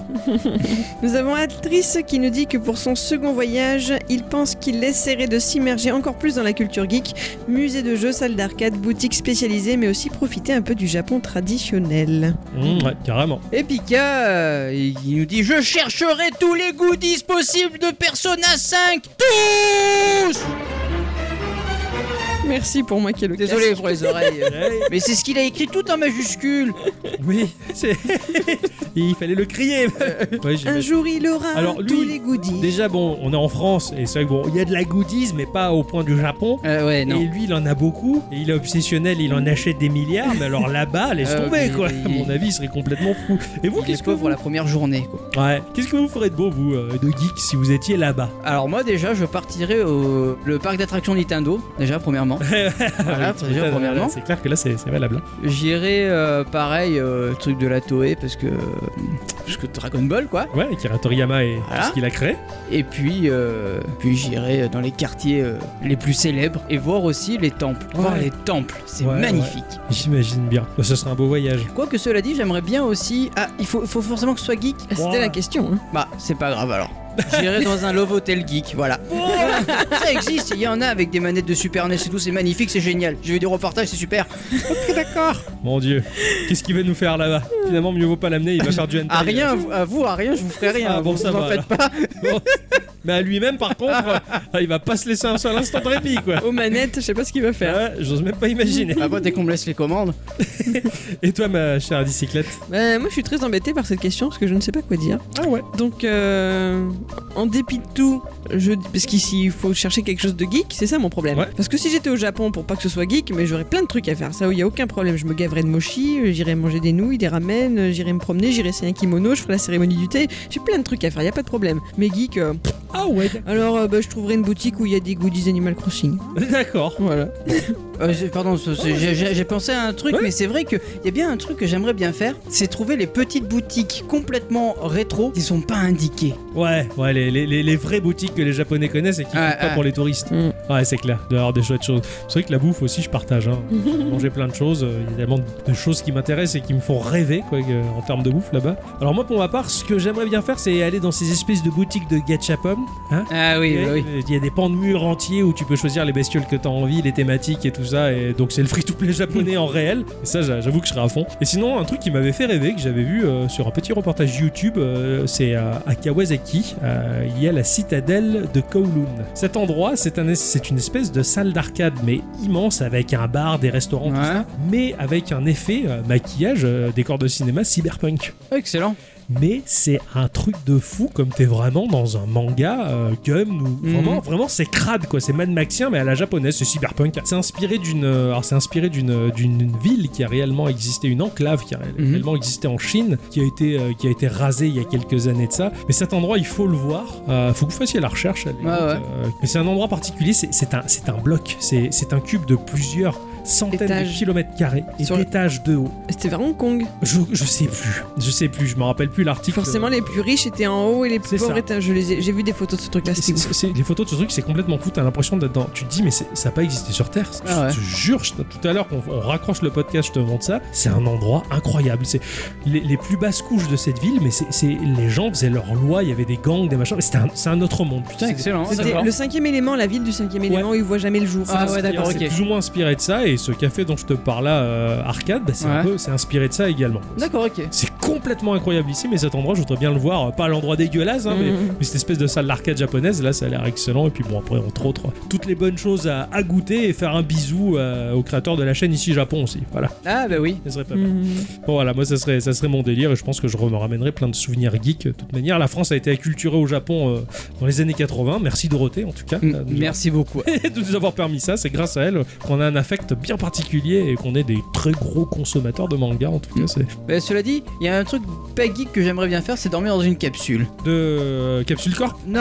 Speaker 3: Nous avons Actrice qui nous dit que pour son second voyage, il pense qu'il essaierait de s'immerger encore plus dans la culture geek, musée de jeux, salle d'arcade, boutique spécialisée, mais aussi profiter un peu du Japon traditionnel.
Speaker 2: Mmh, ouais, carrément.
Speaker 1: Et Pika, euh, il il nous dit Je chercherai tous les goodies possibles de Persona 5 Tous
Speaker 3: Merci pour moi qui ai le
Speaker 1: Désolé pour les oreilles.
Speaker 2: Ouais,
Speaker 1: Mais c'est ce qu'il a écrit tout en majuscule
Speaker 2: oui, c'est- il fallait le crier. Ouais, j'ai-
Speaker 3: Euh, Un jour il aura
Speaker 2: Alors,
Speaker 3: tous
Speaker 2: lui,
Speaker 3: les goodies.
Speaker 2: Déjà, bon, on est en France et c'est vrai que bon, il y a de la goodies, mais pas au point du Japon.
Speaker 1: Euh, Ouais,
Speaker 2: Et
Speaker 1: non.
Speaker 2: lui, il en a beaucoup. Et il est obsessionnel, il en achète des milliards. Mais alors là-bas, laisse
Speaker 1: Euh,
Speaker 2: tomber,
Speaker 1: oui,
Speaker 2: quoi.
Speaker 1: oui.
Speaker 2: À mon avis, il serait complètement fou. Et vous,
Speaker 1: Il
Speaker 2: qu'est-ce
Speaker 1: est
Speaker 2: que
Speaker 1: pauvre
Speaker 2: vous...
Speaker 1: la première journée. quoi.
Speaker 2: Ouais. Qu'est-ce que vous ferez de beau, vous, euh, de geek, si vous étiez là-bas
Speaker 1: Alors moi déjà, je partirai au le parc d'attractions Nintendo, déjà premièrement. Ah, Voilà,
Speaker 2: tu
Speaker 1: déjà,
Speaker 2: m'étonnes,
Speaker 1: premièrement.
Speaker 2: là, C'est clair que là, c'est c'est valable. hein.
Speaker 1: J'irai euh, pareil, euh, le truc de la Toei, parce que... Parce que Dragon Ball, quoi.
Speaker 2: Ouais, Kira Toriyama et
Speaker 1: Voilà.
Speaker 2: tout ce qu'il a créé.
Speaker 1: Et puis, euh, puis j'irai dans les quartiers euh, les plus célèbres et voir aussi les temples. Voir
Speaker 2: Ouais.
Speaker 1: les temples, c'est
Speaker 2: Ouais,
Speaker 1: magnifique.
Speaker 2: J'imagine bien. Ce serait un beau voyage.
Speaker 1: Quoique cela dit, j'aimerais bien aussi. Ah, il faut, faut forcément que ce soit geek.
Speaker 3: C'était
Speaker 2: Ouais.
Speaker 3: la question. hein.
Speaker 1: Bah, c'est pas grave alors. J'irai dans un Love Hotel geek, voilà. ça existe, il y en a avec des manettes de Super NES et tout, c'est magnifique, c'est génial. J'ai vu des reportages, c'est super. Ok, d'accord.
Speaker 2: Mon dieu. Qu'est-ce qu'il va nous faire là-bas Finalement, mieux vaut pas l'amener, il va faire du hentai.
Speaker 1: À Ah, rien, à vous- à vous, à rien, je vous ferai rien.
Speaker 2: Ah, bon,
Speaker 1: vous
Speaker 2: ça
Speaker 1: vous en
Speaker 2: va,
Speaker 1: faites pas.
Speaker 2: Mais à lui-même, par contre, euh, il va pas se laisser un seul instant de répit, quoi.
Speaker 3: Aux manettes, je sais pas ce qu'il va faire.
Speaker 2: Ah, J'ose même pas imaginer.
Speaker 1: Après, Ah, dès qu'on me laisse les commandes.
Speaker 2: Et toi, ma chère bicyclette
Speaker 3: Bah, moi je suis très embêtée par cette question parce que je ne sais pas quoi dire.
Speaker 2: Ah ouais.
Speaker 3: Donc euh, en dépit de tout, je... parce qu'ici il faut chercher quelque chose de geek, c'est ça mon problème.
Speaker 2: Ouais.
Speaker 3: Parce que si j'étais au Japon pour pas que ce soit geek, mais j'aurais plein de trucs à faire, ça il y a aucun problème. Je me gaverais de mochi, euh, j'irais manger des nouilles, des ramen, euh, j'irais me promener, j'irais essayer un kimono, je ferais la cérémonie du thé, j'ai plein de trucs à faire, il y a pas de problème. Mais geek, euh,
Speaker 2: Ah ouais.
Speaker 3: alors euh, bah, je trouverais une boutique où il y a des goodies Animal Crossing.
Speaker 2: D'accord.
Speaker 3: Voilà.
Speaker 1: Euh, j'ai- pardon, c'est- c'est- j'ai- j'ai j'ai pensé à un truc,
Speaker 2: Ouais.
Speaker 1: mais c'est vrai qu'il y a bien un truc que j'aimerais bien faire c'est trouver les petites boutiques complètement rétro qui sont pas indiquées.
Speaker 2: Ouais, ouais, les, les- les- les vraies boutiques que les Japonais connaissent et qui ne
Speaker 1: Ah,
Speaker 2: pas
Speaker 1: ah.
Speaker 2: pour les touristes.
Speaker 3: Mm.
Speaker 2: Ouais, c'est clair, d'avoir des chouettes choses. C'est vrai que la bouffe aussi, je partage. Hein. J'ai mangé plein de choses, euh, il y a tellement de choses qui m'intéressent et qui me font rêver quoi, que- en termes de bouffe là-bas. Alors, moi, pour ma part, ce que j'aimerais bien faire, c'est aller dans ces espèces de boutiques de gachapon. Hein
Speaker 1: Ah oui, bah
Speaker 2: il y a-
Speaker 1: oui.
Speaker 2: il y a des pans de murs entiers où tu peux choisir les bestioles que t'as envie, les thématiques et tout ça. Et donc c'est le free-to-play japonais en réel. Et ça, j'a- j'avoue que je serais à fond. Et sinon, un truc qui m'avait fait rêver, que j'avais vu euh, sur un petit reportage YouTube, euh, c'est à- à Kawasaki. euh, il y a la citadelle de Kowloon. Cet endroit, c'est un es- c'est une espèce de salle d'arcade, mais immense, avec un bar, des restaurants, tout
Speaker 1: Ouais.
Speaker 2: ça, mais avec un effet euh, maquillage, euh, décor de cinéma cyberpunk
Speaker 1: Excellent.
Speaker 2: mais c'est un truc de fou comme t'es vraiment dans un manga euh, Gun ou
Speaker 1: Mhm.
Speaker 3: Mm.
Speaker 2: vraiment vraiment c'est crade quoi c'est Mad Maxien mais à la japonaise c'est cyberpunk c'est inspiré d'une euh, alors c'est inspiré d'une d'une ville qui a réellement existé une enclave qui a
Speaker 3: Mm.
Speaker 1: Mhm.
Speaker 2: réellement existé en Chine qui a été euh, qui a été rasée il y a quelques années de ça mais cet endroit il faut le voir Euh, faut que vous fassiez la recherche à la
Speaker 1: Ouais,
Speaker 2: limite. Euh, mais c'est un endroit particulier c'est c'est un c'est un bloc c'est c'est un cube de plusieurs centaines de
Speaker 3: Étages.
Speaker 2: kilomètres carrés et
Speaker 3: Sur le-
Speaker 2: d'étages de haut
Speaker 3: C'était vers Hong Kong.
Speaker 2: je, je sais plus je sais plus je me rappelle plus l'article
Speaker 3: Forcément, les plus riches étaient en haut et les
Speaker 2: euh, C'est
Speaker 3: plus pauvres
Speaker 2: ça.
Speaker 3: étaient. je les ai- J'ai vu des photos de ce
Speaker 1: Ah,
Speaker 3: truc-là. c'était
Speaker 2: C'est-
Speaker 3: ouf.
Speaker 2: c'est- c'est- les photos de ce truc, c'est complètement fou. T'as l'impression d'être dans. Tu te dis, mais c'est- ça n'a pas existé sur Terre.
Speaker 1: Ah
Speaker 2: Je te jure, je- tout à l'heure, qu'on on raccroche le podcast, je te montre ça. C'est un endroit incroyable. C'est les, les plus basses couches de cette ville, mais c'est c'est- les gens faisaient leurs lois. Il y avait des gangs, des machins. mais C'était un, c'est un autre monde.
Speaker 1: Putain,
Speaker 2: C'est-
Speaker 1: excellent.
Speaker 3: C'était
Speaker 1: d'accord.
Speaker 3: le cinquième élément, la ville du cinquième élément où ils voient jamais le jour.
Speaker 1: Ah ouais, d'accord,
Speaker 2: C'est
Speaker 1: ok.
Speaker 2: plus ou moins inspiré de ça. Et ce café dont je te parle là, euh, arcade, bah, c'est un
Speaker 1: Ouais.
Speaker 2: peu- c'est inspiré de ça également.
Speaker 1: D'accord, ok.
Speaker 2: C'est complètement incroyable ici, mais cet endroit, je voudrais bien le voir. Euh, Pas l'endroit dégueulasse, hein, mais,
Speaker 3: Mhm.
Speaker 2: mais cette espèce de salle d'arcade japonaise, là, ça a l'air excellent. Et puis bon, après, entre autres, toutes les bonnes choses à, à goûter et faire un bisou euh, au créateur de la chaîne ici Japon aussi. Voilà,
Speaker 1: Ah bah oui.
Speaker 2: ça serait pas mal.
Speaker 3: Mhm.
Speaker 2: Bon, voilà, moi, ça serait, ça serait mon délire et je pense que je me ramènerai plein de souvenirs geeks. De toute manière, la France a été acculturée au Japon euh, dans les années 80. Merci Dorothée, en tout cas.
Speaker 1: Mm,
Speaker 2: euh, de nous
Speaker 1: Merci beaucoup.
Speaker 2: de nous avoir permis ça, c'est grâce à elle qu'on a un affect bien particulier et qu'on est des très gros consommateurs de manga en tout cas. C'est
Speaker 1: Bah, cela dit, il y a un truc pas geek que j'aimerais bien faire, c'est dormir dans une capsule.
Speaker 2: de euh, Capsule Corp
Speaker 1: Non,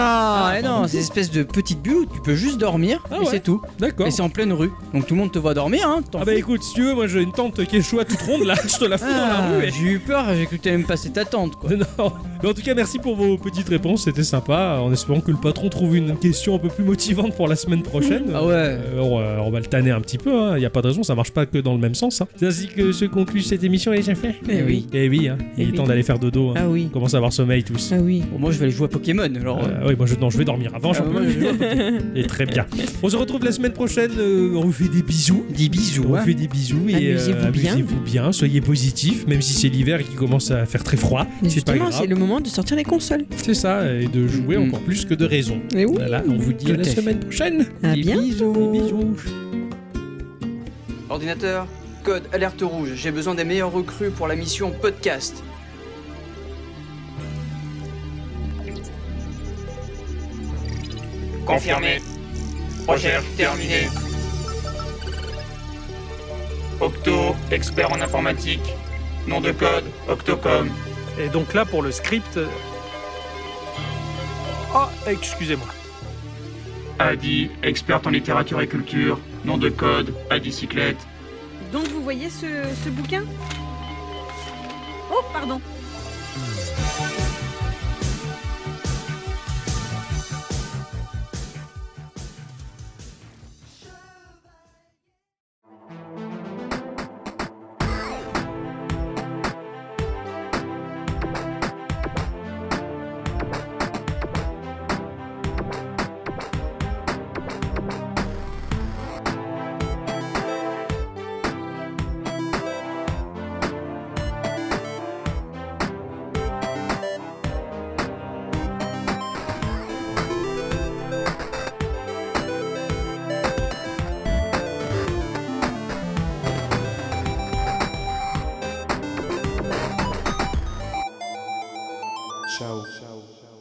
Speaker 1: eh non, c'est une espèce de petite bulle où tu peux juste dormir
Speaker 2: Ah
Speaker 1: et
Speaker 2: ouais.
Speaker 1: c'est tout.
Speaker 2: D'accord.
Speaker 1: Et c'est en pleine rue, donc tout le monde te voit dormir, hein. t'en
Speaker 2: Ah bah
Speaker 1: fous.
Speaker 2: écoute, si tu veux, moi j'ai une tente Quechua toute ronde là, je te la fous dans
Speaker 1: Ah,
Speaker 2: la rue. et-
Speaker 1: j'ai eu peur, j'ai cru que t'allais me passer ta tente, quoi.
Speaker 2: Non. Mais en tout cas, merci pour vos petites réponses, c'était sympa. En espérant que le patron trouve une question un peu plus motivante pour la semaine prochaine.
Speaker 1: Ah ouais.
Speaker 2: Euh, on, euh, on va le tanner un petit peu, il n'y a pas de raison, ça marche pas que dans le même sens. hein. C'est ainsi que se conclut cette émission, les gens.
Speaker 1: Eh oui.
Speaker 2: Eh oui, hein. il
Speaker 3: Eh
Speaker 2: est
Speaker 3: oui.
Speaker 2: temps d'aller faire dodo. hein.
Speaker 3: Ah oui.
Speaker 2: On commence à avoir sommeil tous.
Speaker 3: Ah oui.
Speaker 1: Bon, moi, je vais aller jouer à Pokémon, alors. euh,
Speaker 2: Euh, oui, moi je, non, je vais dormir avant. j'en
Speaker 1: euh,
Speaker 2: peux
Speaker 1: moi, je vais jouer à Pokémon.
Speaker 2: plus. Et très bien. On se retrouve la semaine prochaine. euh, on vous fait des bisous.
Speaker 1: Des bisous,
Speaker 2: On vous
Speaker 1: hein.
Speaker 2: fait des bisous et euh,
Speaker 3: Amusez-vous bien.
Speaker 2: amusez-vous bien. Soyez positifs, même si c'est l'hiver et qu'il commence à faire très froid.
Speaker 3: Mais
Speaker 2: C'est pas
Speaker 3: justement,
Speaker 2: grave.
Speaker 3: c'est le moment de sortir les consoles.
Speaker 2: C'est ça, et de jouer
Speaker 1: Mm.
Speaker 2: encore plus que de raison.
Speaker 3: Et oui.
Speaker 2: Voilà, on vous dit à
Speaker 1: Tout
Speaker 2: la
Speaker 1: à fait.
Speaker 2: semaine prochaine.
Speaker 3: Ah
Speaker 1: Des
Speaker 3: bien.
Speaker 1: bisous.
Speaker 2: Des bisous.
Speaker 1: Ordinateur, code alerte rouge, j'ai besoin des meilleurs recrues pour la mission podcast.
Speaker 4: Confirmé. Recherche terminée. Octo, expert en informatique. Nom de code, Octocom.
Speaker 7: Et donc là, pour le script. euh, Ah, excusez-moi.
Speaker 4: Adi, expert en littérature et culture. Nom de code, Adicyclette.
Speaker 8: Donc vous voyez ce, ce bouquin Oh, pardon.
Speaker 9: Ciao. Ciao.